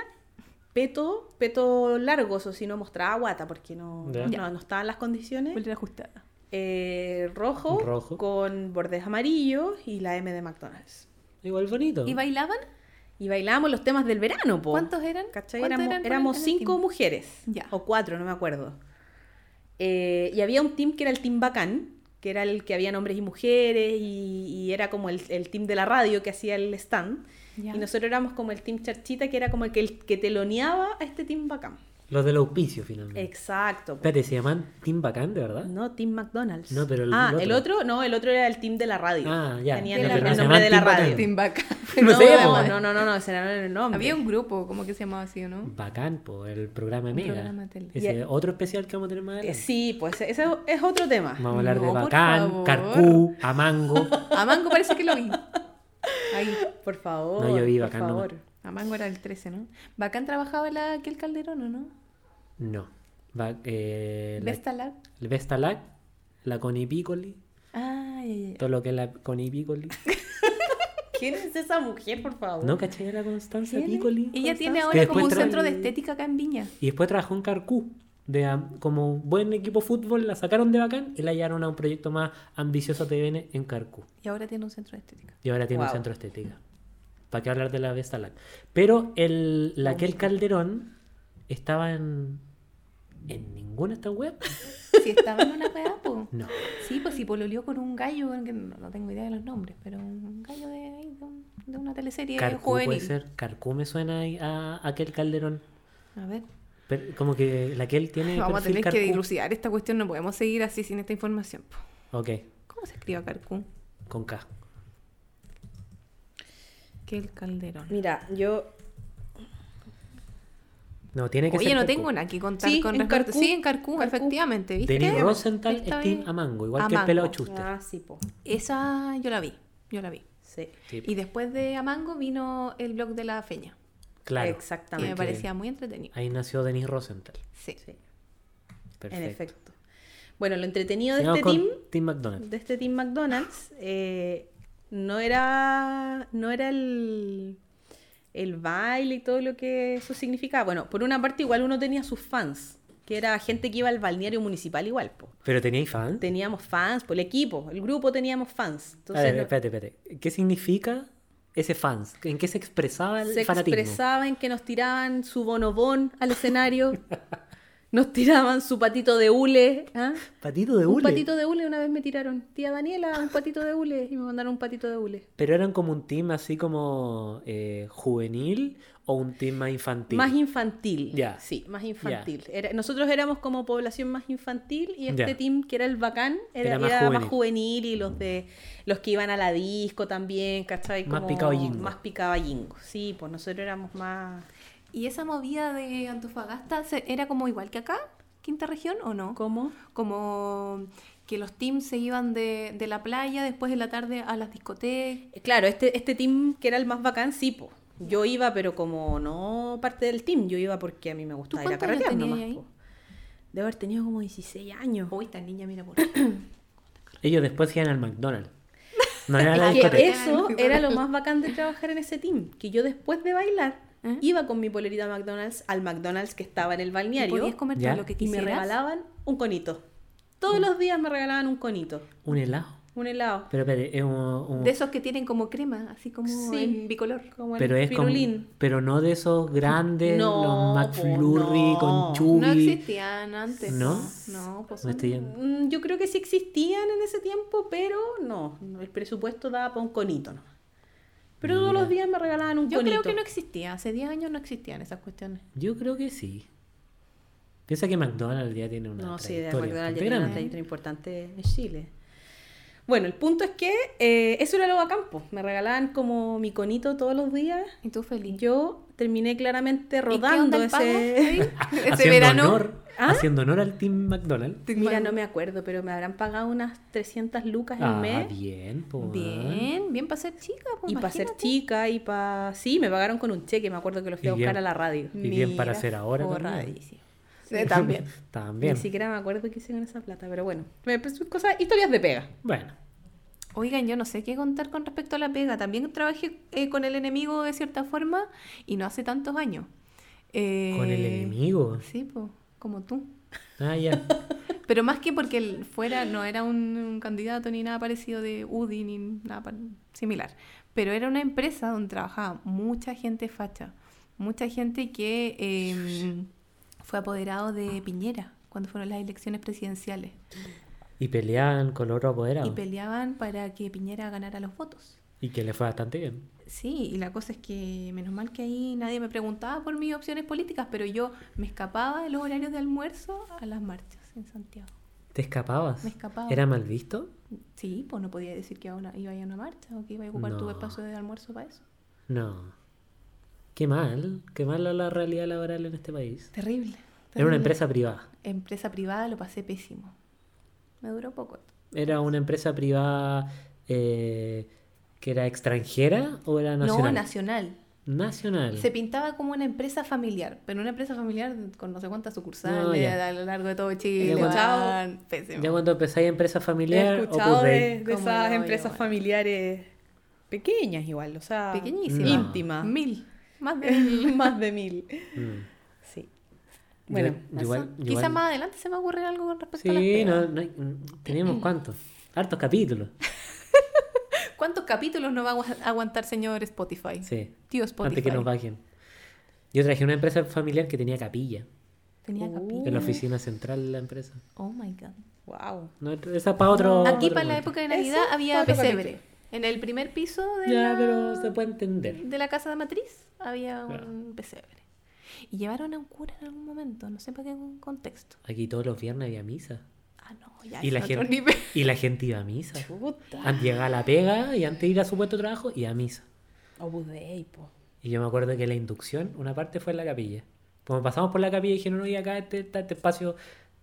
A: peto, peto largo, eso sí, no mostraba guata porque no,
B: Ya.
A: no, no estaban las condiciones.
C: Polera ajustada.
A: Eh, rojo,
B: Rojo.
A: con bordes amarillos y la M de McDonald's.
B: Igual bonito.
C: ¿Y bailaban?
A: Y bailábamos los temas del verano, po.
C: ¿Cuántos eran?
A: ¿Cachai?
C: ¿Cuántos
A: Éramos,
C: eran por
A: éramos
C: el- en el
A: cinco
C: team?
A: mujeres.
C: Ya.
A: O cuatro, no me acuerdo. Eh, y había un team que era el team bacán, que era el que habían hombres y mujeres, y, y era como el, el team de la radio que hacía el stand.
C: Ya.
A: Y nosotros éramos como el team charchita, que era como el que, el que teloneaba a este team bacán.
B: Los del auspicio, finalmente.
A: Exacto. po.
B: Espérate, se llaman Team Bacán, ¿de verdad?
A: No, Team McDonald's.
B: No, pero el
A: ah,
B: otro.
A: el otro, no, el otro era el team de la radio.
B: Ah, ya.
A: Tenían
C: De
A: el,
C: la
A: el
C: radio.
A: nombre de la
B: Team Bacán.
A: radio.
C: Team Bacán.
B: No sé,
C: Pero-
B: po.
A: No, no, no, no, ese era el nombre.
C: Había un grupo, como que se llamaba así, ¿o no?
B: Bacán, po, el programa
C: Un
B: Mega.
C: programa de tele.
B: Ese
A: Y-
B: otro especial que vamos a tener más
A: Eh,
B: adelante.
A: Sí, pues ese es otro tema.
B: Vamos a hablar de
C: No, por
B: Bacán,
C: favor.
B: Carcú, Amango.
C: A Mango parece que lo vi. Ahí.
A: Por favor.
B: No, yo vi
A: por
B: Bacán nomás.
A: favor.
C: A Mango era el 13, ¿no? Bacán trabajaba la, aquel Calderón, ¿o no?
B: No. Va, eh, la-
C: Vesta Lab.
B: el Vestalac, la Conipícoli,
C: Ah, ya, ya, ya.
B: todo lo que es la Conipícoli.
A: ¿Quién es esa mujer, por favor?
B: ¿No cachai a la Constanza
C: ¿Quién es?
B: Pícoli?
C: Ella tiene
B: Constanza.
C: ahora
B: Que
C: como un
B: después tra-
C: centro de estética acá en Viña.
B: Y después trabajó en Carcú. De, am- como buen equipo de fútbol, la sacaron de Bacán y la llevaron a un proyecto más ambicioso TVN en Carcú.
C: Y ahora tiene un centro de estética.
B: Y ahora tiene un
A: Wow.
B: centro de estética. ¿Para qué hablar de la Vestalac? Pero el, la aquel Calderón estaba en. En ninguna esta web.
C: Si estaba en una weá, po.
B: No.
C: Sí, pues si pololeó con un gallo, que no, no tengo idea de los nombres, pero un gallo de, ahí, de, un- de una teleserie
B: Carcú
C: juvenil.
B: puede ser. Carcú me suena ahí a, a aquel Calderón.
C: A ver,
B: Pero como que la aquel tiene.
C: vamos a
B: perfil
C: tener que
B: Carcú.
C: dilucidar esta cuestión, no podemos seguir así sin esta información. po.
B: Ok,
C: ¿Cómo se escribe Carcú?
B: con K.
C: Que el Calderón.
A: Mira, yo.
B: No, tiene que
C: Oye,
B: ser.
C: no
B: Carcú.
C: tengo nada que contar
A: Sí,
C: con
A: en
C: respecto.
A: Carcú.
C: Sí, en Carcú,
A: Carcú.
C: efectivamente, ¿viste?
B: Denis Rosenthal es
C: Esta
B: Team
C: vez-
B: Amango, igual que el
C: Amango.
B: pelado Chuster.
A: Ah, sí, po.
C: Esa yo la vi, yo la vi.
A: Sí.
B: Sí,
C: Y después de Amango vino el blog de la Feña,
B: claro.
C: que me
A: Exactamente.
B: Porque
C: parecía muy entretenido.
B: Ahí nació Denis Rosenthal.
C: Sí.
A: Sí, en
B: Perfecto.
A: efecto. Bueno, lo entretenido de
B: Sigamos
A: este
B: con
A: team,
B: Team McDonald's.
A: de este team McDonald's, eh, no era. No era el. El baile y todo lo que eso significaba. Bueno, por una parte, igual uno tenía sus fans, que era gente que iba al balneario municipal igual, po.
B: ¿Pero teníais fan?
A: Teníamos fans, por el equipo, el grupo teníamos fans.
B: A
A: Entonces,
B: ver,
A: no-
B: espérate, espérate. ¿Qué significa ese fans? ¿En qué se expresaba el
A: se
B: fanatismo?
A: expresaban que nos tiraban su bonobón al escenario, nos tiraban su patito de hule. ¿ah?
B: Patito de
A: Un
B: hule.
A: patito de hule una vez me tiraron, tía Daniela, un patito de hule, y me mandaron un patito de hule.
B: Pero eran como un team así como eh, juvenil o un team más infantil.
A: Más infantil.
B: Ya.
A: Sí, más infantil. Era- nosotros éramos como población más infantil y este
B: Ya.
A: team que era el bacán era,
B: Era
A: era
B: más
A: más,
B: juvenil.
A: juvenil. y los de los que iban a la disco también, ¿cachai?
B: Más
A: Como
B: picaballingo.
A: Más picaballingo. Sí, pues nosotros éramos más
C: ¿Y esa movida de Antofagasta se- era como igual que acá, quinta región, o no?
A: ¿Cómo?
C: Como que los teams se iban de, de la playa después de la tarde a las discotecas.
A: Claro, este, este team que era el más bacán, sí, po. Yo iba, pero como no parte del team, yo iba porque a mí me gustaba ir a
C: cuántos años
A: carretear
C: tenías
A: nomás,
C: ahí?
A: po. Debo haber tenido como 16 años.
C: Uy, esta niña, mira por
B: Ellos después iban al McDonald's. No era
A: Es
B: la
A: que
B: discoteca.
A: eso era lo más bacán de trabajar en ese team, que yo después de bailar
C: ¿Eh?
A: iba con mi polerita a McDonald's al McDonald's que estaba en el
C: Y
A: balneario
C: podías comer
B: Ya.
C: todo lo que
A: y me
C: quisieras.
A: regalaban un conito.
C: Mm.
A: Todos los días me regalaban un conito,
B: Un helado.
A: un helado.
B: Pero espérate, es un- un-
C: De esos que tienen como crema, así como
A: Sí.
C: en bicolor.
A: Como el
B: pero es con,
A: pirulín.
B: pero no de esos grandes,
A: No,
B: los McFlurry
A: po,
B: con
A: no.
B: chubby.
C: No existían antes.
B: ¿No?
C: No, pues
B: Me
C: son-
B: estoy-
A: Mm, Yo creo que sí existían en ese tiempo, pero no. no, El presupuesto daba para un conito nomás. Pero todos
B: Mira.
A: los días me regalaban un
C: Yo
A: conito.
C: creo que no existía. Hace 10 años no existían esas cuestiones.
B: Yo creo que sí. Piensa que McDonald's ya tiene una
A: No, sí, de
B: trayectoria
A: McDonald's ya
B: bastante
A: tiene una
B: grande.
A: trayectoria importante en Chile. Bueno, el punto es que eh, eso era lo bacán, po. Me regalaban como mi conito todos los días.
C: Y tú feliz.
A: Yo terminé claramente
C: ¿Y qué onda
A: rodando
C: el pago?
A: ese...
C: Sí, Ese
B: haciendo
C: verano.
B: honor,
A: ¿Ah?
B: haciendo honor al team McDonald's.
A: Mira, no me acuerdo, pero me habrán pagado unas 300 lucas al
B: Ah,
A: mes.
B: bien, pues. po.
C: Bien, bien para ser chica. pues,
A: Y para ser
C: imagínate.
A: chica y para... Sí, me pagaron con un cheque, me acuerdo que lo fui
B: Y
A: a buscar
B: bien-
A: a la radio.
B: Y bien para hacer ahora también.
C: forradísimo. Sí, también.
B: También.
A: Ni siquiera me acuerdo qué hice con esa plata, pero bueno. Me- pues, cosas, historias de pega.
B: Bueno,
C: Oigan, yo no sé qué contar con respecto a la pega. También trabajé eh, con el enemigo de cierta forma y no hace tantos años. Eh,
B: con el enemigo.
C: Sí, pues, como tú.
B: Ah, ya.
C: Pero más que porque él fuera, no era un, un candidato ni nada parecido de UDI ni nada pa- similar. Pero era una empresa donde trabajaba mucha gente facha. Mucha gente que eh, fue apoderado de Piñera cuando fueron las elecciones presidenciales.
B: Y peleaban con otro apoderado.
C: Y
B: Y,
C: peleaban para que Piñera ganara los votos.
B: que le fue bastante bien.
C: Sí, y la cosa es que menos mal que ahí nadie me preguntaba por mis opciones políticas, pero yo me escapaba de los horarios de almuerzo a las marchas en Santiago.
B: ¿Te escapabas?
C: Me escapaba.
B: ¿Era mal visto?
C: Sí, pues no podía decir que iba a una, iba a ir a una marcha o que iba a ocupar tu
B: No.
C: espacio de almuerzo para eso.
B: No. Qué mal. Qué mala la realidad laboral en este país.
C: Terrible.
B: Era
C: terrible.
B: una empresa privada.
C: Empresa privada, lo pasé pésimo. Me duró poco.
B: ¿Era una empresa privada eh, que era extranjera o era
C: No,
B: nacional?
C: nacional.
B: nacional.
C: Se pintaba como una empresa familiar, pero una empresa familiar con no sé cuántas sucursales
B: No, ya.
C: a lo largo de todo Chile.
B: Ya cuando-
C: van pésimo.
B: Ya cuando empezáis empresa
A: He
B: familiar,
A: escuchado
B: Opus Dei.
A: de, de
C: Como
A: esas
C: no,
A: empresas
C: igual.
A: familiares pequeñas igual, o sea,
C: Pequeñísima.
B: No.
A: íntimas,
C: Mil. Más de mil.
A: más de mil.
B: Mm.
A: Sí.
B: Yo-
A: Bueno,
B: yo igual- yo
C: Quizás
B: igual-
C: más adelante se me ocurre algo con respecto a las
B: Sí, no,
C: pegas.
B: no hay- mm, tenemos cuántos. Hartos capítulos.
C: ¿Cuántos capítulos no va a agu- aguantar señor Spotify?
B: Sí.
C: Tío Spotify.
B: Antes que nos bajen. Yo traje una empresa familiar que tenía capilla.
C: Tenía
A: Uh.
B: En la
C: capítulos.
B: oficina central de la empresa.
C: Oh my god.
A: Wow.
B: No, esa para otro.
C: Aquí
B: otro
C: para la
B: momento.
C: época de Navidad
A: Ese
C: había
A: otro
C: pesebre. En el primer piso de,
B: Ya,
C: la...
B: pero se puede entender.
C: de la casa de matriz había un pesebre. Y llevaron a un cura en algún momento, no sé para qué contexto.
B: Aquí todos los viernes había misa.
C: Ah, no, ya
B: Y
C: es
B: la,
C: otro
B: gente,
C: nivel.
B: y la gente iba a misa.
A: Chuta.
B: Antes llegaba a la pega y antes de ir a su puesto de trabajo, iba a misa.
A: Opus Dei, po.
B: Y yo me acuerdo que la inducción, una parte fue en la capilla. Cuando pasamos por la capilla, dijeron, oye, acá este- está este espacio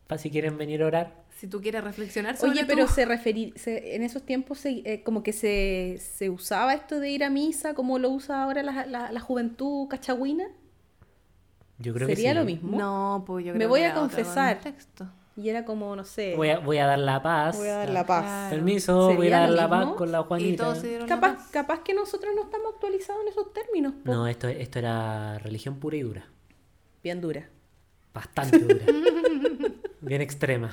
B: para si quieren venir a orar.
C: Si tú quieres reflexionar sobre
A: Oye, pero
C: tu-
A: se referí, se- en esos tiempos se- eh, como que se, se usaba esto de ir a misa como lo usa ahora la, la- la juventud cachagüina.
B: Yo creo que
A: Sería
B: sí.
A: lo mismo.
C: No, pues yo
A: Me
C: creo
A: voy
C: que
A: a
C: era otro
A: confesar.
C: contexto.
A: Y era como, no sé,
B: Voy a, voy a dar la paz. ah,
A: voy a dar la paz.
B: Permiso, voy
A: ¿Sería
B: a dar
A: lo
B: la paz
A: mismo?
B: con la Juanita.
C: Y todos se dieron la
A: Capaz,
C: paz.
A: capaz que nosotros no estamos actualizados en esos términos, po.
B: No, esto, esto era religión pura y dura.
A: Bien dura.
B: Bastante dura. Bien extrema.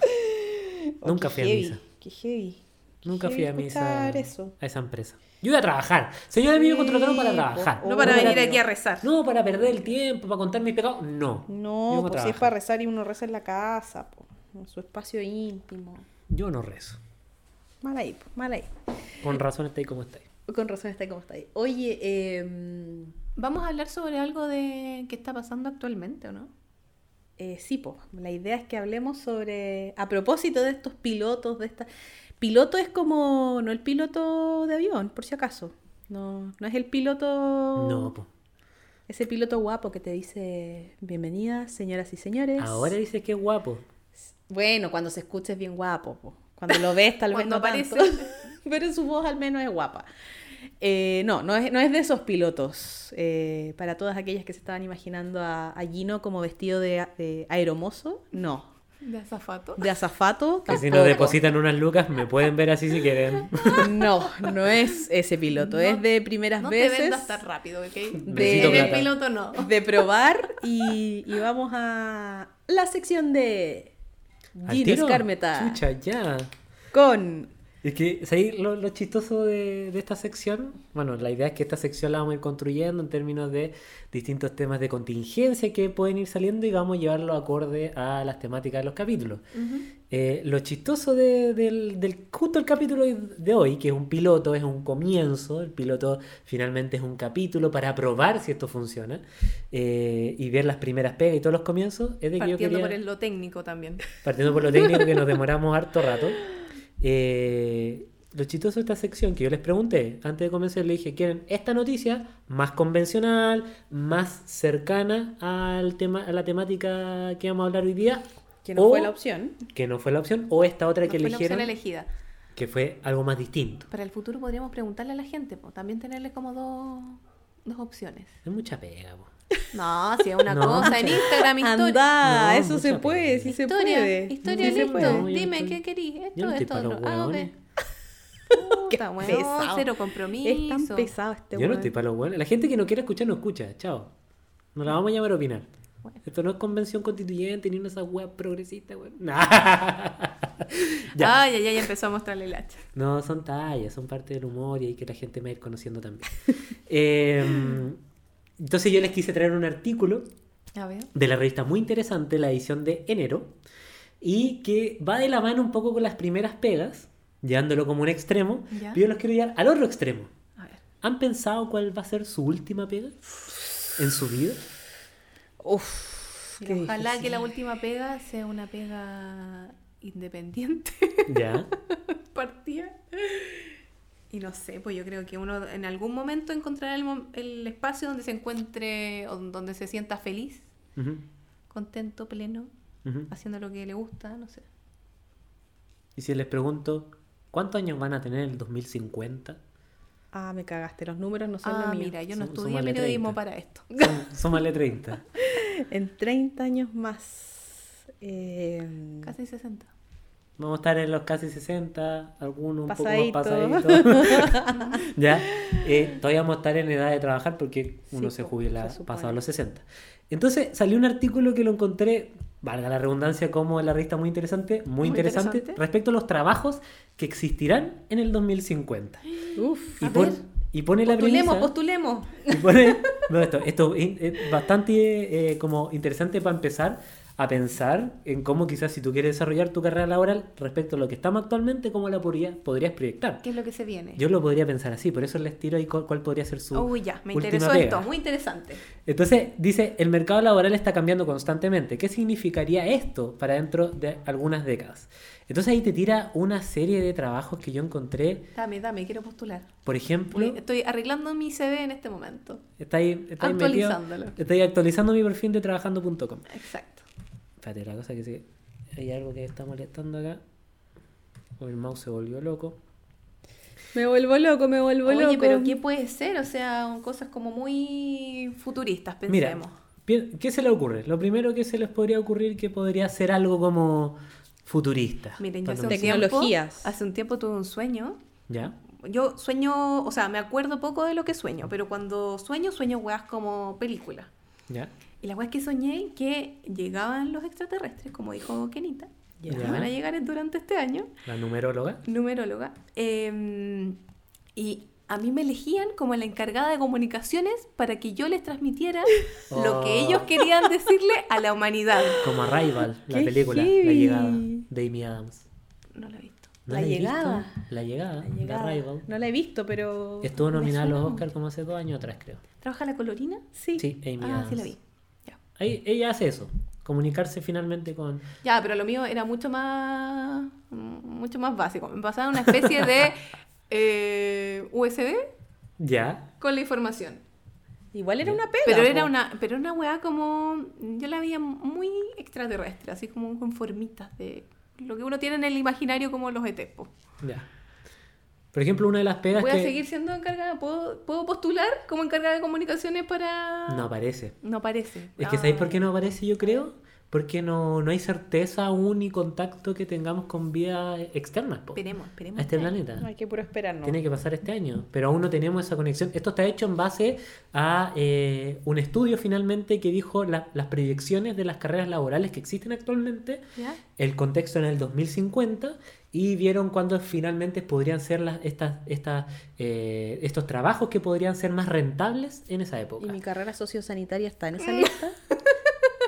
A: Oh,
B: Nunca
A: qué
B: fui a
A: heavy,
B: misa.
A: Qué heavy. Qué
B: Nunca fui
A: heavy
B: a misa
A: escuchar eso.
B: a esa empresa. Yo iba a trabajar. Señores, a mí me contrataron para
A: Sí,
B: trabajar.
A: po. Oh.
C: No para venir
A: Obvio.
C: aquí a rezar.
B: No, para perder el tiempo, para contar mis pecados. No. Yo
A: No,
B: vengo a
A: pues si es
B: trabajar.
A: para rezar y uno reza en la casa, po, en su espacio íntimo.
B: Yo no rezo.
A: Mal ahí, po, mal ahí.
B: Con razón estáis como estáis.
A: Con razón está ahí como está ahí. Oye, eh,
C: Vamos a hablar sobre algo de que está pasando actualmente, ¿o no?
A: eh, sí, po, la idea es que hablemos sobre, a propósito de estos pilotos, de esta... Piloto es como, no el piloto de avión, por si acaso. No, no es el piloto...
B: No, po.
A: Ese piloto guapo que te dice, bienvenidas, señoras y señores.
B: Ahora dices que es guapo.
A: Bueno, cuando se escucha es bien guapo. po. Cuando lo ves, tal vez
C: Cuando
A: no tanto.
C: aparece.
A: Pero su voz al menos es guapa. Eh, no, no es, no es de esos pilotos. eh, para todas aquellas que se estaban imaginando a, a Gino como vestido de, a- de aeromozo, no.
C: De azafato.
A: De azafato,
B: Que si nos
A: tampoco.
B: depositan unas lucas, me pueden ver así si quieren.
A: No, no es ese piloto.
C: No-
A: es de primeras
C: no
A: veces.
C: te vendas tan rápido, ¿ok?
B: Necesito
C: En el
B: plata.
C: piloto no.
A: de probar y, y vamos a la sección de
B: ¿Al
A: Gino
B: tiro?
A: Escarmeta
B: Chucha, ya.
A: con
B: Es que, ¿sabéis lo, lo chistoso de, de esta sección? Bueno, la idea es que esta sección la vamos a ir construyendo en términos de distintos temas de contingencia que pueden ir saliendo y vamos a llevarlo acorde a las temáticas de los capítulos. Eh, lo chistoso de- del, del- justo el capítulo de hoy, que es un piloto, es un comienzo, el piloto finalmente es un capítulo para probar si esto funciona eh, y ver las primeras pegas y todos los comienzos, es de que yo
C: Partiendo
B: quería-
C: por el- lo técnico también.
B: partiendo por lo técnico que nos demoramos harto rato. eh, lo chistoso de esta sección que yo les pregunté antes de comenzar, le dije, ¿quieren esta noticia más convencional, más cercana al tema, a la temática que vamos a hablar hoy día?
A: que no
B: O-
A: fue la opción.
B: Que no fue la opción, o esta otra
C: No
B: que
C: fue la opción
B: eligieron,
C: elegida.
B: que fue algo más distinto.
C: Para el futuro podríamos preguntarle a la gente, po, también tenerle como dos, dos opciones.
B: Es mucha pega, po.
C: No, si es una
B: No,
C: cosa en Instagram, historia.
A: Anda,
B: No,
A: eso se
B: mucha
A: puede, sí se
C: historia,
A: puede.
C: historia,
A: Sí se
C: listo.
A: puede.
B: No, yo
C: Dime,
B: no
C: ¿qué
B: estoy-
C: querís?
B: yo
C: Esto,
B: no estoy
C: esto,
B: para los
C: otro. Ah, ok.
B: hueones.
A: Qué
C: Puta, weón,
A: pesado.
C: cero compromiso.
A: Es tan pesado este
B: Yo no
A: weón.
B: estoy para los buenos. La gente que no quiere escuchar no escucha. Chao. No la vamos a llamar a opinar.
C: Bueno.
B: Esto no es convención constituyente ni una esa wea progresista, weón. Nah. ya.
C: Ay, ay, ay, empezó a mostrarle el hacha.
B: No, son tallas, son parte del humor y hay que la gente me va a ir conociendo también. Eh, entonces yo les quise traer un artículo
C: A ver.
B: de la revista muy interesante, la edición de enero, y que va de la mano un poco con las primeras pegas, llevándolo como un extremo,
C: Ya.
B: pero yo los quiero llevar al otro extremo.
C: A ver.
B: ¿Han pensado cuál va a ser su última pega en su vida?
A: Uf,
C: Mira,
A: qué
C: ojalá
A: difícil.
C: que la última pega sea una pega independiente
B: Ya.
C: partida. Y no sé, pues yo creo que uno en algún momento encontrará el, mom- el espacio donde se encuentre, o donde se sienta feliz,
B: Ujú,
C: contento, pleno,
B: ujú.
C: haciendo lo que le gusta, no sé.
B: Y si les pregunto, ¿cuántos años van a tener en el 2050?
A: Ah, me cagaste, los números no son
C: Ah,
A: lo mío.
C: mira, yo no
B: Sú-
C: estudié
B: súmale 30.
C: periodismo para esto.
B: Sú- Súmale 30.
A: En 30 años más. eh,
C: Casi 60.
B: Vamos a estar en los casi 60, algunos un
A: Pasadito.
B: poco más pasaditos. ya. Eh, todavía vamos a estar en edad de trabajar porque uno
A: Sí,
B: se
A: po,
B: jubila
A: se supone.
B: pasado los 60. Entonces salió un artículo que lo encontré, valga la redundancia, como en la revista muy interesante, muy,
C: Muy
B: interesante,
C: interesante.
B: respecto a los trabajos que existirán en el 2050.
A: Uf,
B: Y,
C: A
B: pon-
C: ver.
B: y pone la
C: Postulemos,
B: premisa.
C: postulemos.
B: Y pone- no, esto, esto es in- es bastante eh, como interesante para empezar a pensar en cómo quizás si tú quieres desarrollar tu carrera laboral respecto a lo que estamos actualmente, cómo la podría- podrías proyectar.
C: ¿Qué es lo que se viene?
B: Yo lo podría pensar así, por eso les tiro ahí cuál, cuál podría ser su...
C: Uy, Oh, ya, me
B: última
C: interesó
B: pega.
C: esto, muy interesante.
B: Entonces, dice, el mercado laboral está cambiando constantemente. ¿Qué significaría esto para dentro de algunas décadas? Entonces ahí te tira una serie de trabajos que yo encontré,
C: Dame, dame, quiero postular.
B: por ejemplo...
C: Uy, Estoy arreglando mi CV en este momento.
B: Está ahí, está ahí metido-
C: Actualizándolo.
B: está ahí actualizando mi perfil de trabajando.com.
C: Exacto.
B: Espérate, la cosa que sí. Hay algo que está molestando acá. O el mouse se volvió loco.
A: me vuelvo loco, me vuelvo
C: Oye,
A: loco.
C: pero ¿qué puede ser? O sea, cosas como muy futuristas,
B: Mira,
C: pensemos.
B: pi- ¿qué se le ocurre? Lo primero que se les podría ocurrir que podría ser algo como futurista.
C: Miren, yo hace
B: Tanto
C: un
B: me-
A: Tecnologías.
C: tiempo- hace un tiempo tuve un sueño.
B: ¿Ya?
C: Yo sueño, o sea, me acuerdo poco de lo que sueño, pero cuando sueño, sueño weas como películas.
B: ¿Ya?
C: Y la wea que soñé que llegaban los extraterrestres, como dijo Kenita,
A: Ya.
C: que van a llegar durante este año.
B: ¿La numeróloga?
C: numeróloga, eh, y a mí me elegían como la encargada de comunicaciones para que yo les transmitiera lo que
B: Oh.
C: ellos querían decirle a la humanidad.
B: Como Arrival, la
A: ¡Qué
B: película, La
A: heavy!
B: Llegada, de Amy Adams.
C: No lo he visto.
B: ¿No
A: La
B: habéis visto?
A: Llegada.
B: La Llegada,
A: La
B: de
A: llegada.
B: Arrival.
A: No la he visto, pero.
B: Estuvo
C: Me
B: nominada a los
C: suena mucho.
B: Oscars como hace dos años atrás, creo.
C: ¿Trabaja la colorina?
A: Sí.
B: Sí, Amy
C: ah,
B: Adams.
C: sí la vi. Ya.
B: Ahí- ella hace eso, comunicarse finalmente con...
C: Ya, pero lo mío era mucho más mucho más básico. Me pasaba una especie de eh, USB
B: Ya,
C: con la información.
A: Igual era una pega.
C: Pero era
A: po.
C: una, pero una weá como. Yo la veía muy extraterrestre, así como con formitas de lo que uno tiene en el imaginario como los etepos.
B: Ya. Por ejemplo, una de las pegas
C: Voy
B: que
C: a seguir siendo encargada. ¿Puedo, puedo postular como encargada de comunicaciones para.?
B: no aparece.
C: No parece.
B: Es que ¿sabéis por qué no aparece, yo creo? Porque no, no hay certeza aún y contacto que tengamos con vías externas po,
C: Esperemos, esperemos.
B: a este planeta.
A: Hay que puro esperar, ¿no?
B: Tiene que pasar este año, pero aún no tenemos esa conexión. Esto está hecho en base a eh, un estudio finalmente que dijo la- las proyecciones de las carreras laborales que existen actualmente
C: ¿Ya?
B: el contexto en el 2050 y vieron cuándo finalmente podrían ser las, estas, estas, eh, estos trabajos que podrían ser más rentables en esa
A: ¿Y
B: época.
A: mi carrera sociosanitaria está en esa lista?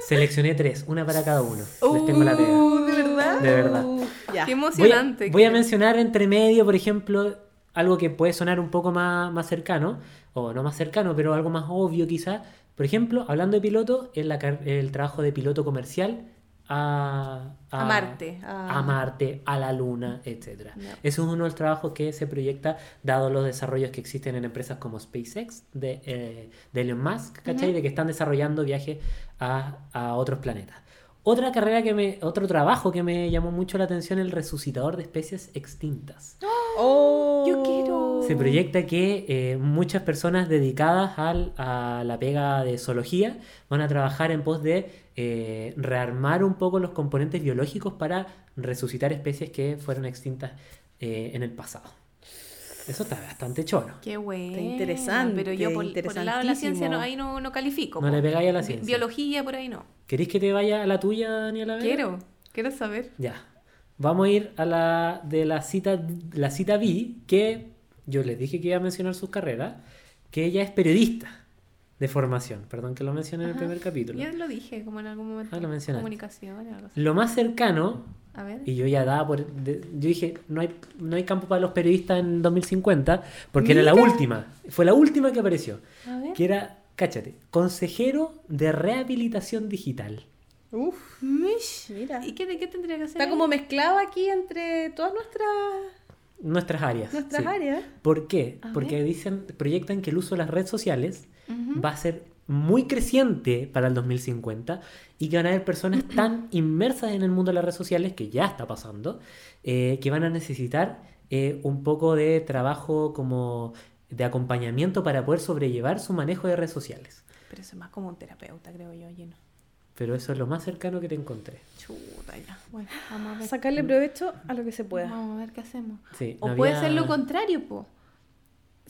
B: Seleccioné tres, una para cada uno. Les tengo la pega.
C: Uh, ¿De verdad?
B: De verdad.
A: Uh, ya.
C: Qué
B: Voy a,
C: emocionante.
B: voy a mencionar entre medio, por ejemplo, algo que puede sonar un poco más, más cercano, o no más cercano, pero algo más obvio quizás. Por ejemplo, hablando de piloto, en la car- el trabajo de piloto comercial a,
C: A Marte, a-
A: Ah.
B: a Marte, a la Luna, etc.
C: Ya.
B: Ese es uno de los trabajos que se proyecta dado los desarrollos que existen en empresas como SpaceX, de, eh, de Elon Musk, ¿cachai? De que están desarrollando viajes a, a otros planetas. Otra carrera que me, otro trabajo que me llamó mucho la atención, el resucitador de especies extintas.
A: Oh.
C: Yo quiero.
B: Se proyecta que eh, muchas personas dedicadas al- a la pega de zoología van a trabajar en pos de eh, rearmar un poco los componentes biológicos para resucitar especies que fueron extintas eh, en el pasado. Eso está bastante choro.
C: Qué bueno.
A: interesante,
C: Pero yo por, por el lado de la ciencia no,
A: interesantísimo.
C: ahí no, no califico.
B: No
C: po.
B: le pegáis a la
C: Bi-
B: ciencia.
C: Biología por ahí no.
B: ¿Queréis que te vaya a la tuya, Daniela? Vega?
C: Quiero, quiero saber.
B: Ya. Vamos a ir a la de la cita, la cita B, que yo les dije que iba a mencionar sus carreras, que ella es periodista de formación. Perdón que lo mencioné en el
C: Ajá.
B: primer capítulo.
C: Yo lo dije, como en algún momento.
B: Ah, lo mencionaste.
C: Comunicación, algo así.
B: Lo más cercano,
C: A ver.
B: y yo ya daba por... de- yo dije, no hay, no hay campo para los periodistas en 2050, porque era la
C: Mira.
B: última. Fue la última que apareció.
C: A ver.
B: Que era, cáchate, consejero de rehabilitación digital.
A: Uf,
C: Mish.
A: mira.
C: ¿Y qué, qué tendría que hacer?
A: Está
C: ahí?
A: como mezclado aquí entre todas nuestras,
B: Nuestras áreas.
A: nuestras
B: sí.
A: áreas.
B: ¿Por qué?
C: A
B: Porque
C: ver.
B: dicen, proyectan que el uso de las redes sociales
C: Ujú.
B: va a ser muy creciente para el 2050 y que van a haber personas tan inmersas en el mundo de las redes sociales, que ya está pasando, eh, que van a necesitar eh, un poco de trabajo como de acompañamiento para poder sobrellevar su manejo de redes sociales.
C: Pero eso es más como un terapeuta, creo yo, lleno.
B: Pero eso es lo más cercano que te encontré.
C: Chuta, ya. Bueno, vamos a ver.
A: Sacarle provecho a lo que se pueda.
C: Vamos a ver qué hacemos.
B: Sí,
C: O
B: no
C: puede
B: había-
C: ser lo contrario, po.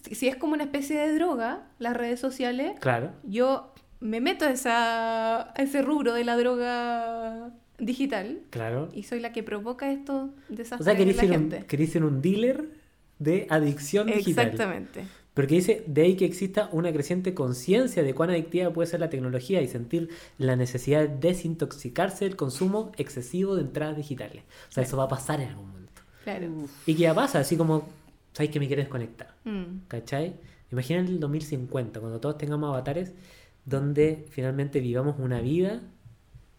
C: Si, si es como una especie de droga, las redes sociales,
B: Claro.
C: yo me meto a, esa, a ese rubro de la droga digital
B: Claro.
C: y soy la que provoca estos desastres
B: O sea,
C: en
B: querés
C: la
B: ser, un,
C: gente.
B: querés ser un dealer de adicción digital.
C: Exactamente.
B: Porque dice, de ahí que exista una creciente conciencia de cuán adictiva puede ser la tecnología y sentir la necesidad de desintoxicarse del consumo excesivo de entradas digitales. O sea, eso va a pasar en algún momento.
C: Claro.
B: Y que ya pasa, así como, ¿sabes que me quieres desconectar?
C: Mm.
B: ¿Cachai? Imagina el 2050, cuando todos tengamos avatares, donde finalmente vivamos una vida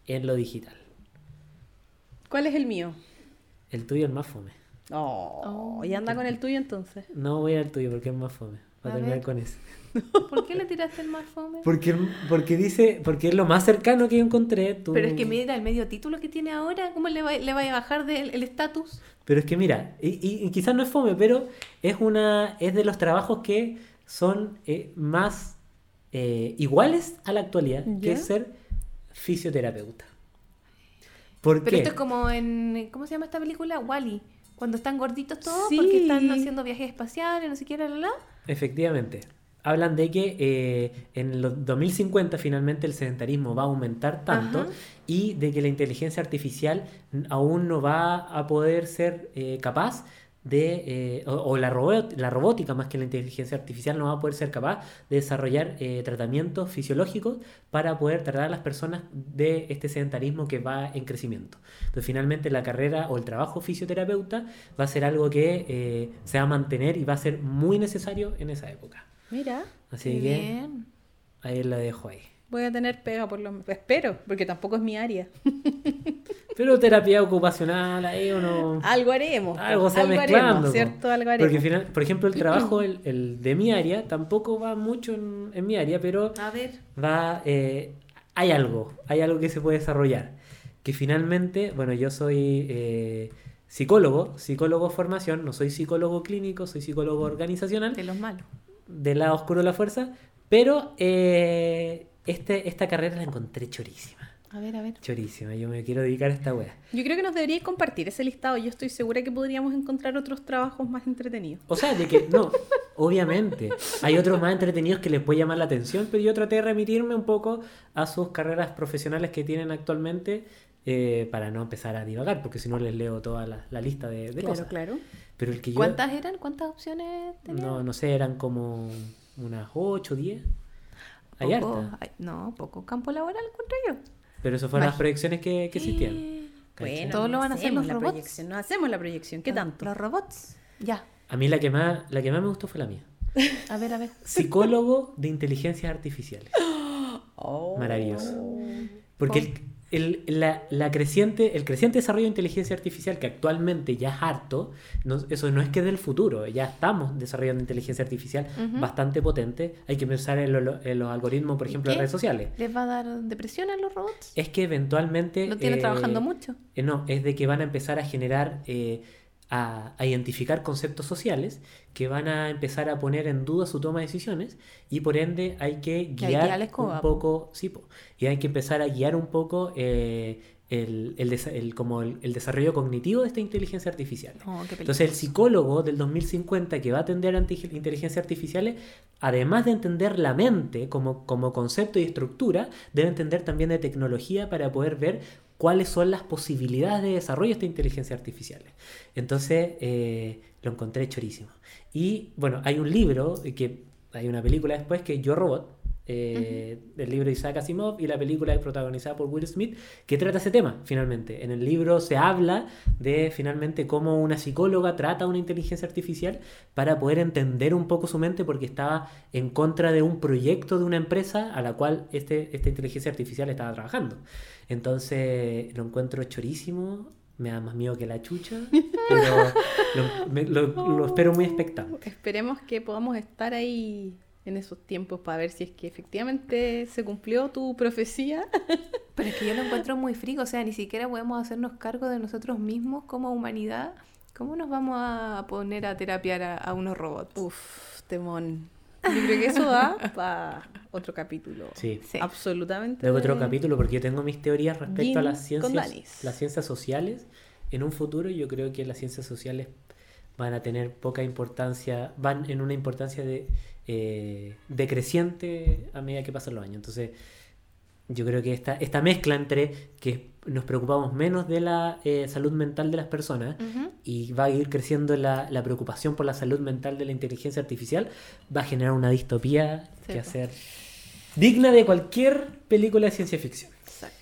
B: en lo digital.
A: ¿Cuál es el mío?
B: El tuyo es el más fome.
A: Oh, y anda con el tuyo entonces.
B: No voy a ir al tuyo porque es más fome. Voy a
C: A
B: terminar
C: ver.
B: con ese.
C: ¿Por qué le tiraste el más fome?
B: Porque, porque dice, porque es lo más cercano que yo encontré. tú-
C: Pero es que mira el medio título que tiene ahora, ¿cómo le va, le va a bajar del el estatus?
B: Pero es que mira, y, y- y quizás no es fome, pero es una es de los trabajos que son eh, más eh, iguales a la actualidad, que
A: ¿Ya?
B: es ser fisioterapeuta. ¿Por
C: Pero
B: qué?
C: esto es como en, ¿cómo se llama esta película? Wally. Cuando están gorditos todos
A: Sí.
C: porque están haciendo viajes espaciales, no sé qué, la, la, la.
B: Efectivamente. Hablan de que eh, en los 2050 finalmente el sedentarismo va a aumentar tanto
C: Ajá.
B: y de que la inteligencia artificial n- aún no va a poder ser eh, capaz de, eh, o, o la, robo- la robótica más que la inteligencia artificial no va a poder ser capaz de desarrollar eh, tratamientos fisiológicos para poder tratar a las personas de este sedentarismo que va en crecimiento. Entonces finalmente la carrera o el trabajo fisioterapeuta va a ser algo que eh, se va a mantener y va a ser muy necesario en esa época.
A: Mira,
B: Así
C: Qué
B: que
C: bien.
B: ahí la dejo ahí.
A: voy a tener pega por lo menos. Espero, porque tampoco es mi área.
B: Pero terapia ocupacional ahí o no.
C: Ah,
A: Algo haremos.
B: Algo se va
A: haremos,
B: mezclando. po.
A: ¿cierto? Algo haremos.
B: Porque final, por ejemplo, el trabajo el, el de mi área tampoco va mucho en, en mi área, pero
C: A ver.
B: va eh, hay algo, hay algo que se puede desarrollar. Que finalmente, bueno, yo soy eh, psicólogo, psicólogo formación, no soy psicólogo clínico, soy psicólogo organizacional.
C: De los malos.
B: del lado oscuro de la fuerza, pero eh, este, esta carrera la encontré chorísima.
C: A ver, a ver.
B: Chorísima, yo me quiero dedicar a esta wea.
A: Yo creo que nos deberíais compartir ese listado. Yo estoy segura que podríamos encontrar otros trabajos más entretenidos.
B: O sea, de que no, obviamente. Hay otros más entretenidos que les puede llamar la atención, pero yo traté de remitirme un poco a sus carreras profesionales que tienen actualmente eh, para no empezar a divagar, porque si no les leo toda la, la lista de, de cosas.
A: claro.
B: Pero el que yo.
C: ¿Cuántas eran? ¿Cuántas opciones tenían?
B: No, no sé, eran como unas 8, 10. Hay
C: Poco-
B: harta.
C: ay, no, poco campo laboral encontré yo.
B: Pero eso fueron las
C: Imagi-
B: proyecciones que, que existían.
C: Eh,
B: ¿cachai?
A: Bueno,
C: Todo lo van a hacer
A: hacemos
C: los
A: la
C: robots. Ah,
A: proyección. No hacemos la proyección.
B: Ah.
A: ¿Qué
C: los-
A: tanto?
C: Los robots. Ya.
B: A mí la que más, la que más me gustó fue la mía.
C: A ver, a ver.
B: Psicólogo de inteligencias artificiales.
A: Oh.
B: Maravilloso. Porque el, el- la, la creciente, el creciente desarrollo de inteligencia artificial, que actualmente ya es harto, no- eso no es que es del futuro, ya estamos desarrollando inteligencia artificial
C: Ujú.
B: bastante potente. Hay que pensar en, lo- lo- en los algoritmos, por
C: ¿Y
B: ejemplo, de
C: qué?
B: redes sociales.
C: ¿Les va a dar depresión a los robots?
B: Es que eventualmente...
C: Lo tienen
B: eh,
C: trabajando mucho.
B: Eh, No, es de que van a empezar a generar eh, a, a identificar conceptos sociales que van a empezar a poner en duda su toma de decisiones y por ende hay que
C: que
B: guiar
C: guiar la escoba,
B: un
C: po.
B: poco, sí, po, y hay que empezar a guiar un poco eh, el, el desa- el- como el, el desarrollo cognitivo de esta inteligencia artificial.
C: Oh, qué película.
B: Entonces el psicólogo del 2050 que va a atender a inti- inteligencias artificiales, además de entender la mente como, como concepto y estructura, debe entender también de tecnología para poder ver cuáles son las posibilidades de desarrollo de esta inteligencia artificial. Entonces eh, lo encontré chorísimo. Y bueno, hay un libro eh, que hay una película después que es Yo Robot. eh, El libro de Isaac Asimov y la película es protagonizada por Will Smith que trata ese tema finalmente. En el libro se habla de finalmente cómo una psicóloga trata una inteligencia artificial para poder entender un poco su mente porque estaba en contra de un proyecto de una empresa a la cual este, esta inteligencia artificial estaba trabajando. Entonces lo encuentro chorísimo, me da más miedo que la chucha, pero lo, me- lo- lo espero muy expectante.
A: Esperemos que podamos estar ahí en esos tiempos para ver si es que efectivamente se cumplió tu profecía.
C: Pero es que yo lo encuentro muy frío, o sea, ni siquiera podemos hacernos cargo de nosotros mismos como humanidad. ¿Cómo nos vamos a poner a terapiar a, a unos robots?
A: Uf, temón. Yo creo que eso da para otro capítulo.
B: Sí.
C: Sí.
A: Absolutamente.
B: Luego otro
A: de-
B: capítulo porque yo tengo mis teorías respecto a
A: Gin
B: las
A: con
B: ciencias,
A: Danis.
B: las ciencias sociales. En un futuro yo creo que las ciencias sociales van a tener poca importancia, van en una importancia de, eh, decreciente a medida que pasan los años. Entonces yo creo que esta, esta mezcla entre que nos preocupamos menos de la eh, salud mental de las personas
C: Ujú.
B: y va a ir creciendo la, la preocupación por la salud mental de la inteligencia artificial, va a generar una distopía
C: Sí,
B: que
C: po.
B: hacer digna de cualquier película de ciencia ficción.
A: Exacto.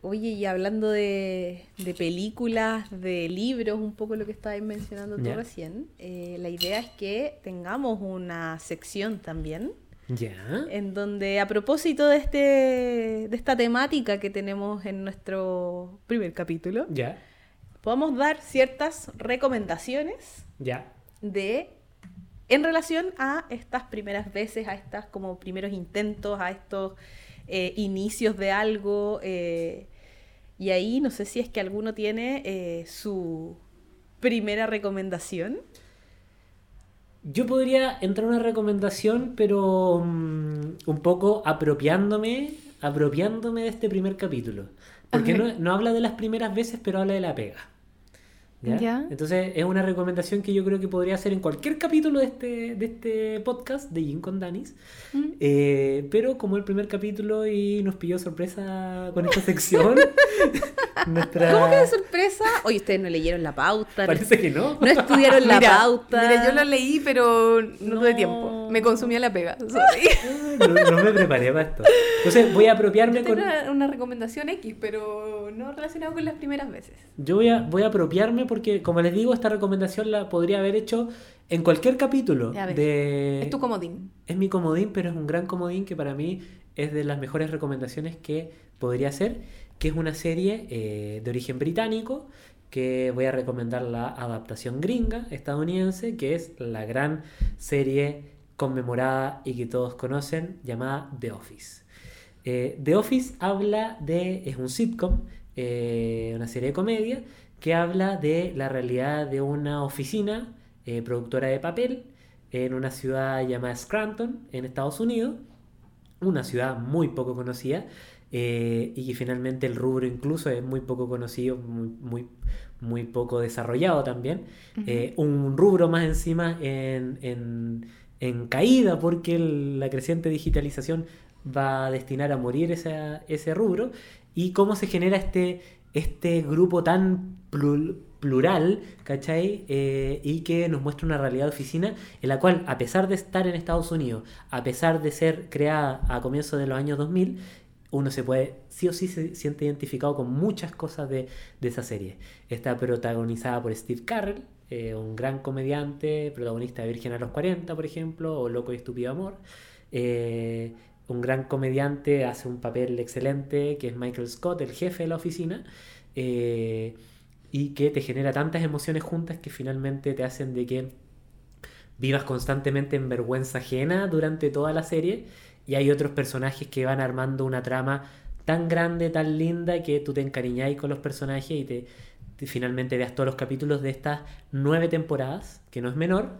A: Oye, y hablando de, de películas, de libros, un poco lo que estabas mencionando tú
B: Ya.
A: recién, eh, la idea es que tengamos una sección también,
B: Ya.
A: en donde a propósito de, este, de esta temática que tenemos en nuestro primer capítulo,
B: Ya.
A: podamos dar ciertas recomendaciones
B: Ya.
A: de en relación a estas primeras veces, a estas como primeros intentos, a estos eh, inicios de algo. eh, y ahí no sé si es que alguno tiene eh, su primera recomendación.
C: Ah.
B: Yo podría entrar una recomendación, pero mm, un poco apropiándome, apropiándome de este primer capítulo. Porque no, no habla de las primeras veces, pero habla de la pega. ¿Ya?
C: Ya.
B: Entonces es una recomendación que yo creo que podría hacer en cualquier capítulo de este, de este podcast de Jim con Danis.
C: Mm.
B: Eh, pero como el primer capítulo y nos pilló sorpresa con esta sección, nuestra...
A: ¿Cómo que de sorpresa? Oye, ustedes no leyeron la pauta, no,
B: Parece que no.
A: no estudiaron la
C: Mira,
A: pauta.
C: Mira, yo la leí, pero no, tuve
A: No.
C: tiempo. Me consumía la pega. sorry.
B: No, no me preparé para esto. Entonces voy a apropiarme
C: Tengo
B: con...
C: una, una recomendación X, pero no relacionado con las primeras veces.
B: Yo voy a, voy a apropiarme porque, como les digo, esta recomendación la podría haber hecho en cualquier capítulo.
C: Ya ves.
B: De...
C: es tu comodín.
B: Es mi comodín, pero es un gran comodín que para mí es de las mejores recomendaciones que podría hacer, que es una serie eh, de origen británico, que voy a recomendar la adaptación gringa estadounidense, que es la gran serie conmemorada y que todos conocen, llamada The Office. Eh, The Office habla de, es un sitcom, eh, una serie de comedia, que habla de la realidad de una oficina eh, productora de papel en una ciudad llamada Scranton, en Estados Unidos, una ciudad muy poco conocida, eh, y que finalmente el rubro incluso es muy poco conocido, muy, muy, muy poco desarrollado también. Eh, un rubro más encima en, en- en caída porque el- la creciente digitalización va a destinar a morir esa- ese rubro. Y cómo se genera este, este grupo tan plul- plural, ¿cachai? Eh, y que nos muestra una realidad de oficina en la cual, a pesar de estar en Estados Unidos, a pesar de ser creada a comienzos de los años 2000, uno se puede, sí o sí, se siente identificado con muchas cosas de, de esa serie. Está protagonizada por Steve Carell, eh, un gran comediante, protagonista de Virgen a los 40, por ejemplo, o Loco y Estúpido Amor. Eh, un gran comediante hace un papel excelente, que es Michael Scott, el jefe de la oficina, eh, y que te genera tantas emociones juntas que finalmente te hacen de que vivas constantemente en vergüenza ajena durante toda la serie y hay otros personajes que van armando una trama tan grande, tan linda que tú te encariñáis con los personajes y te, te- finalmente veas todos los capítulos de estas nueve temporadas, que no es menor,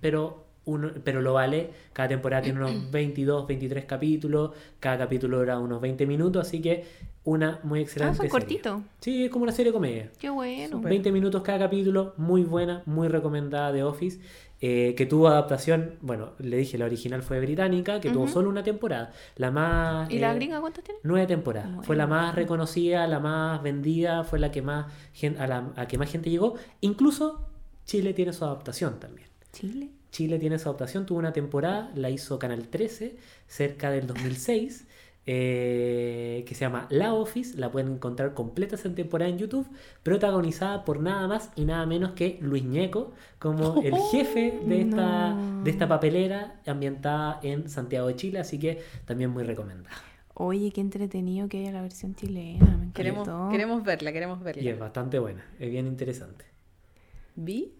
B: pero, uno, pero lo vale. Cada temporada tiene unos 22, 23 capítulos, cada capítulo dura unos 20 minutos, así que una muy excelente.
C: Ah, son
B: serie.
C: cortitos.
B: Sí, es como una serie de comedia.
C: Qué bueno.
A: Súper.
B: 20 minutos cada capítulo, muy buena, muy recomendada de Office, eh, que tuvo adaptación, bueno, le dije, la original fue británica, que tuvo
C: Ujú.
B: solo una temporada, la más...
C: ¿Y la
B: eh,
C: gringa cuántos tiene?
B: Nueve temporadas.
C: Nueve.
B: Fue la más reconocida, la más vendida, fue la que más gen- a la a que más gente llegó. Incluso Chile tiene su adaptación también.
C: Chile.
B: Chile tiene su adaptación, tuvo una temporada, la hizo Canal 13, cerca del 2006, eh, que se llama La Office, la pueden encontrar completa esa temporada en YouTube, protagonizada por nada más y nada menos que Luis Ñeco, como el jefe de esta,
C: No.
B: de esta papelera ambientada en Santiago de Chile, así que también muy recomendada.
C: Oye, qué entretenido que haya la versión chilena. Me
A: Queremos,
C: encantó.
A: queremos verla, queremos
B: Y es
A: verla.
B: bastante buena, es bien interesante.
A: ¿Vi?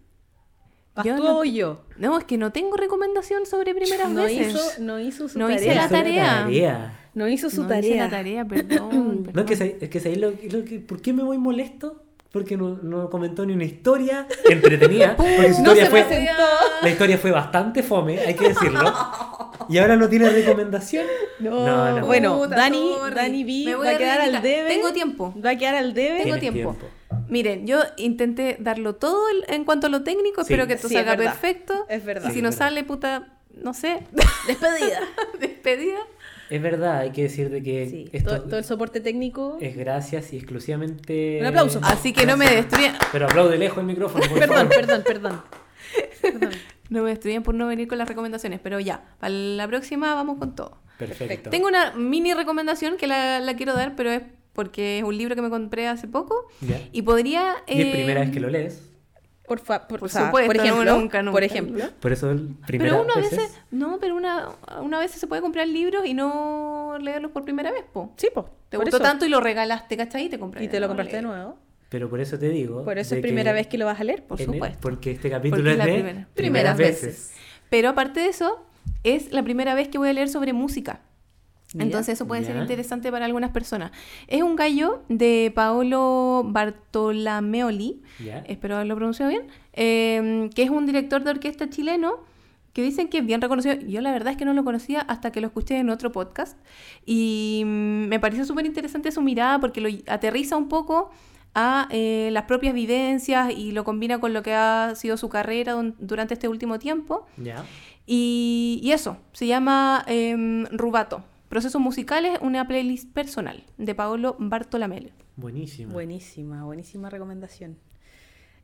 A: ¿Vas
C: Yo
A: tú
C: no-
A: o yo?
C: No, es que no tengo recomendación sobre primeras
A: No
C: veces.
A: hizo, no hizo su
C: No hice
A: tarea.
C: la
B: Hizo la
C: tarea.
B: tarea.
A: No hizo su
C: No hice
A: tarea.
C: la tarea, perdón.
B: No,
C: perdón.
B: es que, se- es que se- lo- lo que- ¿por qué me voy molesto? Porque no, no comentó ni una historia entretenida. porque su
A: Pues, No
B: historia
A: se
B: fue-
A: presentó.
B: la historia fue bastante fome, hay que decirlo. Y ahora no tiene recomendación.
A: No,
B: No, no.
A: bueno,
C: Puta,
A: Dani,
C: sorry.
A: Dani B
C: Me voy
A: va a
C: a
A: quedar al
C: reivindicar.
A: debe.
C: Tengo tiempo.
A: Va a quedar al debe.
C: Tengo
B: Tienes
C: tiempo. Miren, yo intenté darlo todo el- en cuanto a lo técnico.
B: Sí.
C: Espero que esto
A: Sí, es
C: salga
A: verdad.
C: perfecto.
A: Es verdad.
C: Y si
B: Sí,
C: no
B: es verdad.
C: sale, puta, no sé,
A: Despedida.
C: despedida.
B: Es verdad, hay que decir de que
A: Sí,
B: esto
A: todo, todo el soporte técnico.
B: es gracias y exclusivamente.
A: Un aplauso.
C: Así que no me destruyan.
B: Pero aplaude lejos el micrófono, por
A: Perdón,
B: favor.
A: perdón, perdón. Perdón.
C: No me destruyan por no venir con las recomendaciones. Pero ya, para la próxima vamos con todo.
B: Perfecto.
C: Tengo una mini recomendación que la, la quiero dar, pero es porque es un libro que me compré hace poco.
B: Ya.
C: Y podría.
B: Y es
C: eh,
B: primera vez que lo lees.
A: Por, fa- por,
C: Por
A: o sea,
C: supuesto,
A: por ejemplo,
C: no, nunca,
A: Por
C: nunca.
A: ejemplo.
B: Por eso, el primera
C: Pero uno a
B: vez
C: veces,
B: es-
C: no, pero una, una vez se puede comprar libros y no leerlos por primera vez, po.
A: Sí, po.
C: Te
A: por
C: gustó
A: eso.
C: tanto y lo regalaste, ¿cachai? Y te compraste.
A: Y te lo compraste de nuevo.
B: Pero por eso te digo.
A: Por eso
B: de
A: es primera vez que lo vas a leer.
C: Por
B: en el-
C: supuesto.
B: Porque este capítulo
C: Porque es
B: es
C: la
B: de
C: primera.
A: Primeras
B: primeras
A: veces.
B: veces.
C: Pero aparte de eso, es la primera vez que voy a leer sobre música.
A: Mira.
C: Entonces eso puede ser
B: Ya.
C: interesante para algunas personas. Es un gallo de Paolo Bartolameoli,
B: Ya.
C: espero haberlo pronunciado bien, eh, que es un director de orquesta chileno que dicen que es bien reconocido. Yo la verdad es que no lo conocía hasta que lo escuché en otro podcast y mm, me pareció súper interesante su mirada porque lo aterriza un poco a eh, las propias vivencias y lo combina con lo que ha sido su carrera dun- durante este último tiempo.
B: Ya.
C: Y, y eso, se llama em, Rubato. Procesos musicales, una playlist personal de Paolo Bartolamelli.
B: Buenísimo.
A: Buenísima, buenísima recomendación.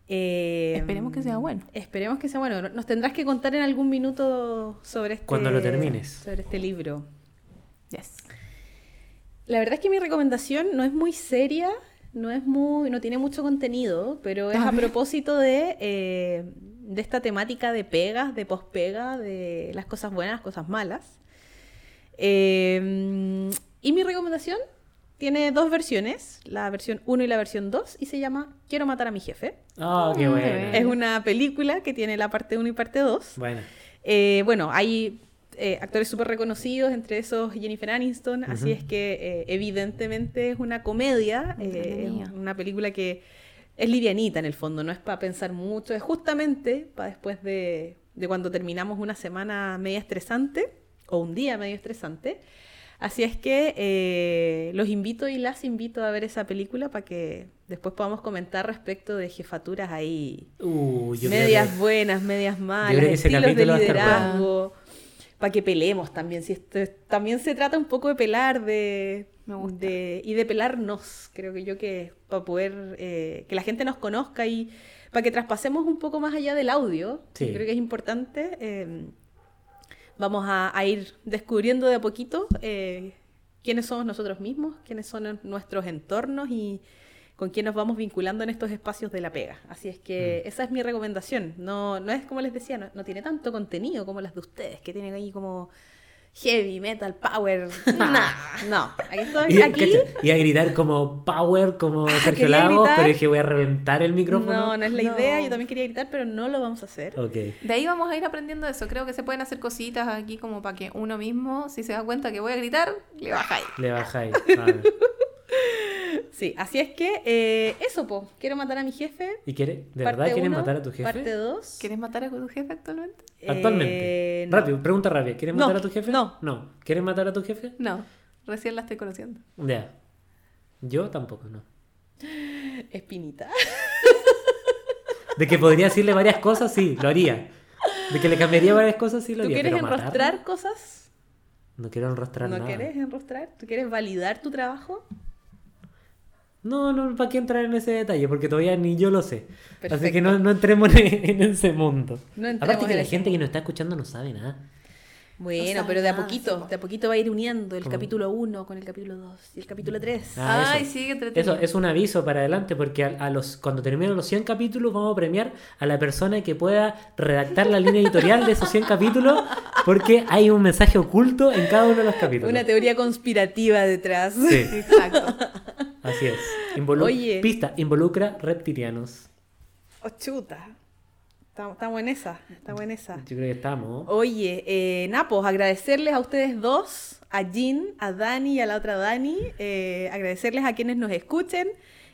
A: Eh,
C: Esperemos que sea bueno.
A: Esperemos que sea bueno. Nos tendrás que contar en algún minuto sobre este,
B: Cuando lo termines.
A: Sobre este libro.
C: Yes.
A: La verdad es que mi recomendación no es muy seria, no es muy, no tiene mucho contenido, pero es
C: A
A: a
C: ver.
A: propósito de, eh, de esta temática de pegas, de pospega, de las cosas buenas, las cosas malas. Eh, y mi recomendación tiene dos versiones, la versión 1 y la versión 2, y se llama Quiero matar a mi jefe.
B: Ah,
C: Mm,
B: qué
C: qué
B: bueno.
A: Es una película que tiene la parte 1 y parte 2.
B: Bueno.
A: Eh, bueno, hay eh, actores súper reconocidos, entre esos Jennifer Aniston, así
B: Ujú.
A: es que eh, evidentemente es una comedia, eh,
C: Entretenida.
A: es una película que es livianita en el fondo, no es para pensar mucho, es justamente para después de, de cuando terminamos una semana media estresante o un día medio estresante. Así es que eh, los invito y las invito a ver esa película para que después podamos comentar respecto de jefaturas ahí
B: Uh, yo creo
A: medias
B: que-
A: buenas, medias malas,
B: creo que ese
A: estilos de
B: capítulo va a estar
A: liderazgo, para que pelemos también. Si esto es- también se trata un poco de pelar, de,
C: Me gusta.
A: de- y de pelarnos, creo que yo que para poder eh, que la gente nos conozca y para que traspasemos un poco más allá del audio,
B: Sí.
A: yo creo que es importante. eh, vamos a, a ir descubriendo de a poquito eh, quiénes somos nosotros mismos, quiénes son en- nuestros entornos y con quién nos vamos vinculando en estos espacios de la pega. Así es
B: Mm.
A: que esa es mi recomendación. No, no es como les decía, no, no tiene tanto contenido como las de ustedes, que tienen ahí como heavy, metal, power. Nah, no, aquí estoy.
B: Y,
A: Aquí, Ah,
B: cacha, y a gritar como Power, como Sergio
A: quería
B: Lagos,
A: gritar.
B: pero es que voy a reventar el
A: no,
B: micrófono.
A: no es la
C: No.
A: idea. Yo también quería gritar, pero no lo vamos a hacer.
B: Ok.
C: De ahí vamos a ir aprendiendo eso. Creo que se pueden hacer cositas aquí como para que uno mismo, si se da cuenta que voy a gritar, le bajáis.
B: Le bajáis. Ah,
A: Sí, así es que eh, eso, po. Quiero matar a mi jefe.
B: ¿Y quiere,
A: parte
B: de verdad quieren
A: uno,
B: matar a tu jefe?
A: Parte 2.
C: ¿Quieres matar a tu jefe actualmente?
B: Actualmente.
A: Eh, no.
B: Rápido, pregunta rápida. ¿Quieres
A: No,
B: matar a tu jefe?
A: no.
B: No. ¿Quieres matar a tu jefe?
C: No, recién la estoy conociendo.
B: Ya. Yo tampoco, no.
A: Espinita.
B: De que podría decirle varias cosas, sí, lo haría. De que le cambiaría varias cosas, sí, lo
A: ¿Tú
B: haría.
A: quieres
B: pero matarlo,
A: enrostrar cosas?
B: No quiero enrostrar
A: ¿No
B: nada.
A: quieres enrostrar? ¿Tú quieres validar tu trabajo?
B: No, no, ¿para qué entrar en ese detalle? Porque todavía ni yo lo sé. Así que
A: Perfecto.
B: no, no entremos en, en ese mundo.
A: No entremos
B: Aparte que
A: en
B: la
A: ese
B: gente que nos está escuchando no sabe nada.
A: Bueno,
C: sabe
A: pero de a
C: nada, sí,
A: poquito,
C: po.
A: de a poquito va a ir uniendo el
B: Mm.
A: capítulo 1 con el capítulo 2 y el capítulo 3.
B: Ah,
C: Ay,
B: eso.
C: sí, que entretenido.
B: Eso es un aviso para adelante porque a, a los cuando terminen los 100 capítulos vamos a premiar a la persona que pueda redactar la línea editorial de esos 100 capítulos porque hay un mensaje oculto en cada uno de los capítulos.
A: Una teoría conspirativa detrás.
B: Sí,
C: Exacto.
B: así es. Involu-
A: Oye.
B: Pista, involucra reptilianos.
A: Oh, chuta. Estamos estamos en esa, estamos en esa.
B: Yo creo que estamos.
A: Oye, eh, Napos, agradecerles a ustedes dos, a Jean, a Dani y a la otra Dani, eh, agradecerles a quienes nos escuchen.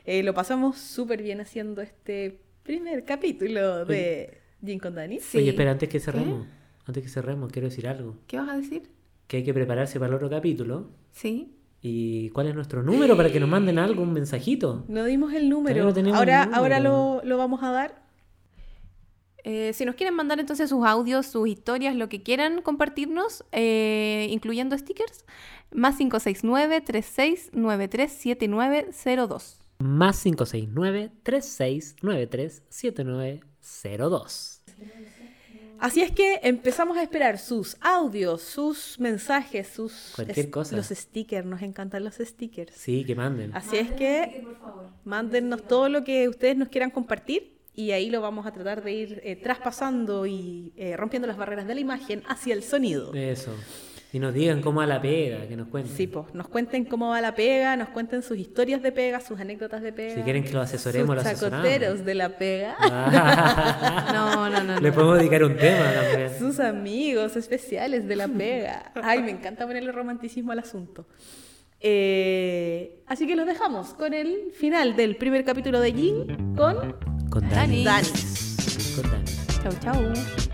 A: Eh, lo pasamos súper bien haciendo este primer capítulo de Jean con Dani.
C: Sí.
B: Oye, espera, antes que cerremos, antes que cerremos, quiero decir algo.
C: ¿Qué vas a decir?
B: Que hay que prepararse para el otro capítulo.
C: Sí.
B: ¿Y cuál es nuestro número para que nos manden algo, un mensajito?
A: No dimos el
B: Todavía no
A: número,
B: tenemos
A: ahora,
B: el
A: ahora
B: número.
A: lo, lo vamos a dar.
C: Eh, si nos quieren mandar entonces sus audios, sus historias, lo que quieran compartirnos, eh, incluyendo stickers, más 569-3693-7902.
B: Más 569-3693-7902.
A: Así es que empezamos a esperar sus audios, sus mensajes, sus es-
B: Cualquier cosa.
A: los stickers, nos encantan los stickers.
B: Sí, que manden.
A: Así es que mándennos todo lo que ustedes nos quieran compartir y ahí lo vamos a tratar de ir eh, traspasando y eh, rompiendo las barreras de la imagen hacia el sonido.
B: Eso. Y nos digan cómo a la pega, que nos cuenten.
A: Sí, pues, nos cuenten cómo va la pega, nos cuenten sus historias de pega, sus anécdotas de pega.
B: Si quieren que lo asesoremos,
A: sus
B: lo asesoramos.
A: chacoteros de la pega.
B: Ah,
C: No, no,
A: pues.
C: no.
B: Le
C: no.
B: podemos dedicar un tema también.
A: Sus amigos especiales de la pega. Ay, me encanta ponerle romanticismo al asunto. Eh, así que los dejamos con el final del primer capítulo de Jin con
B: Con Dani.
A: Dani.
B: Con Dani.
C: Chau, chau.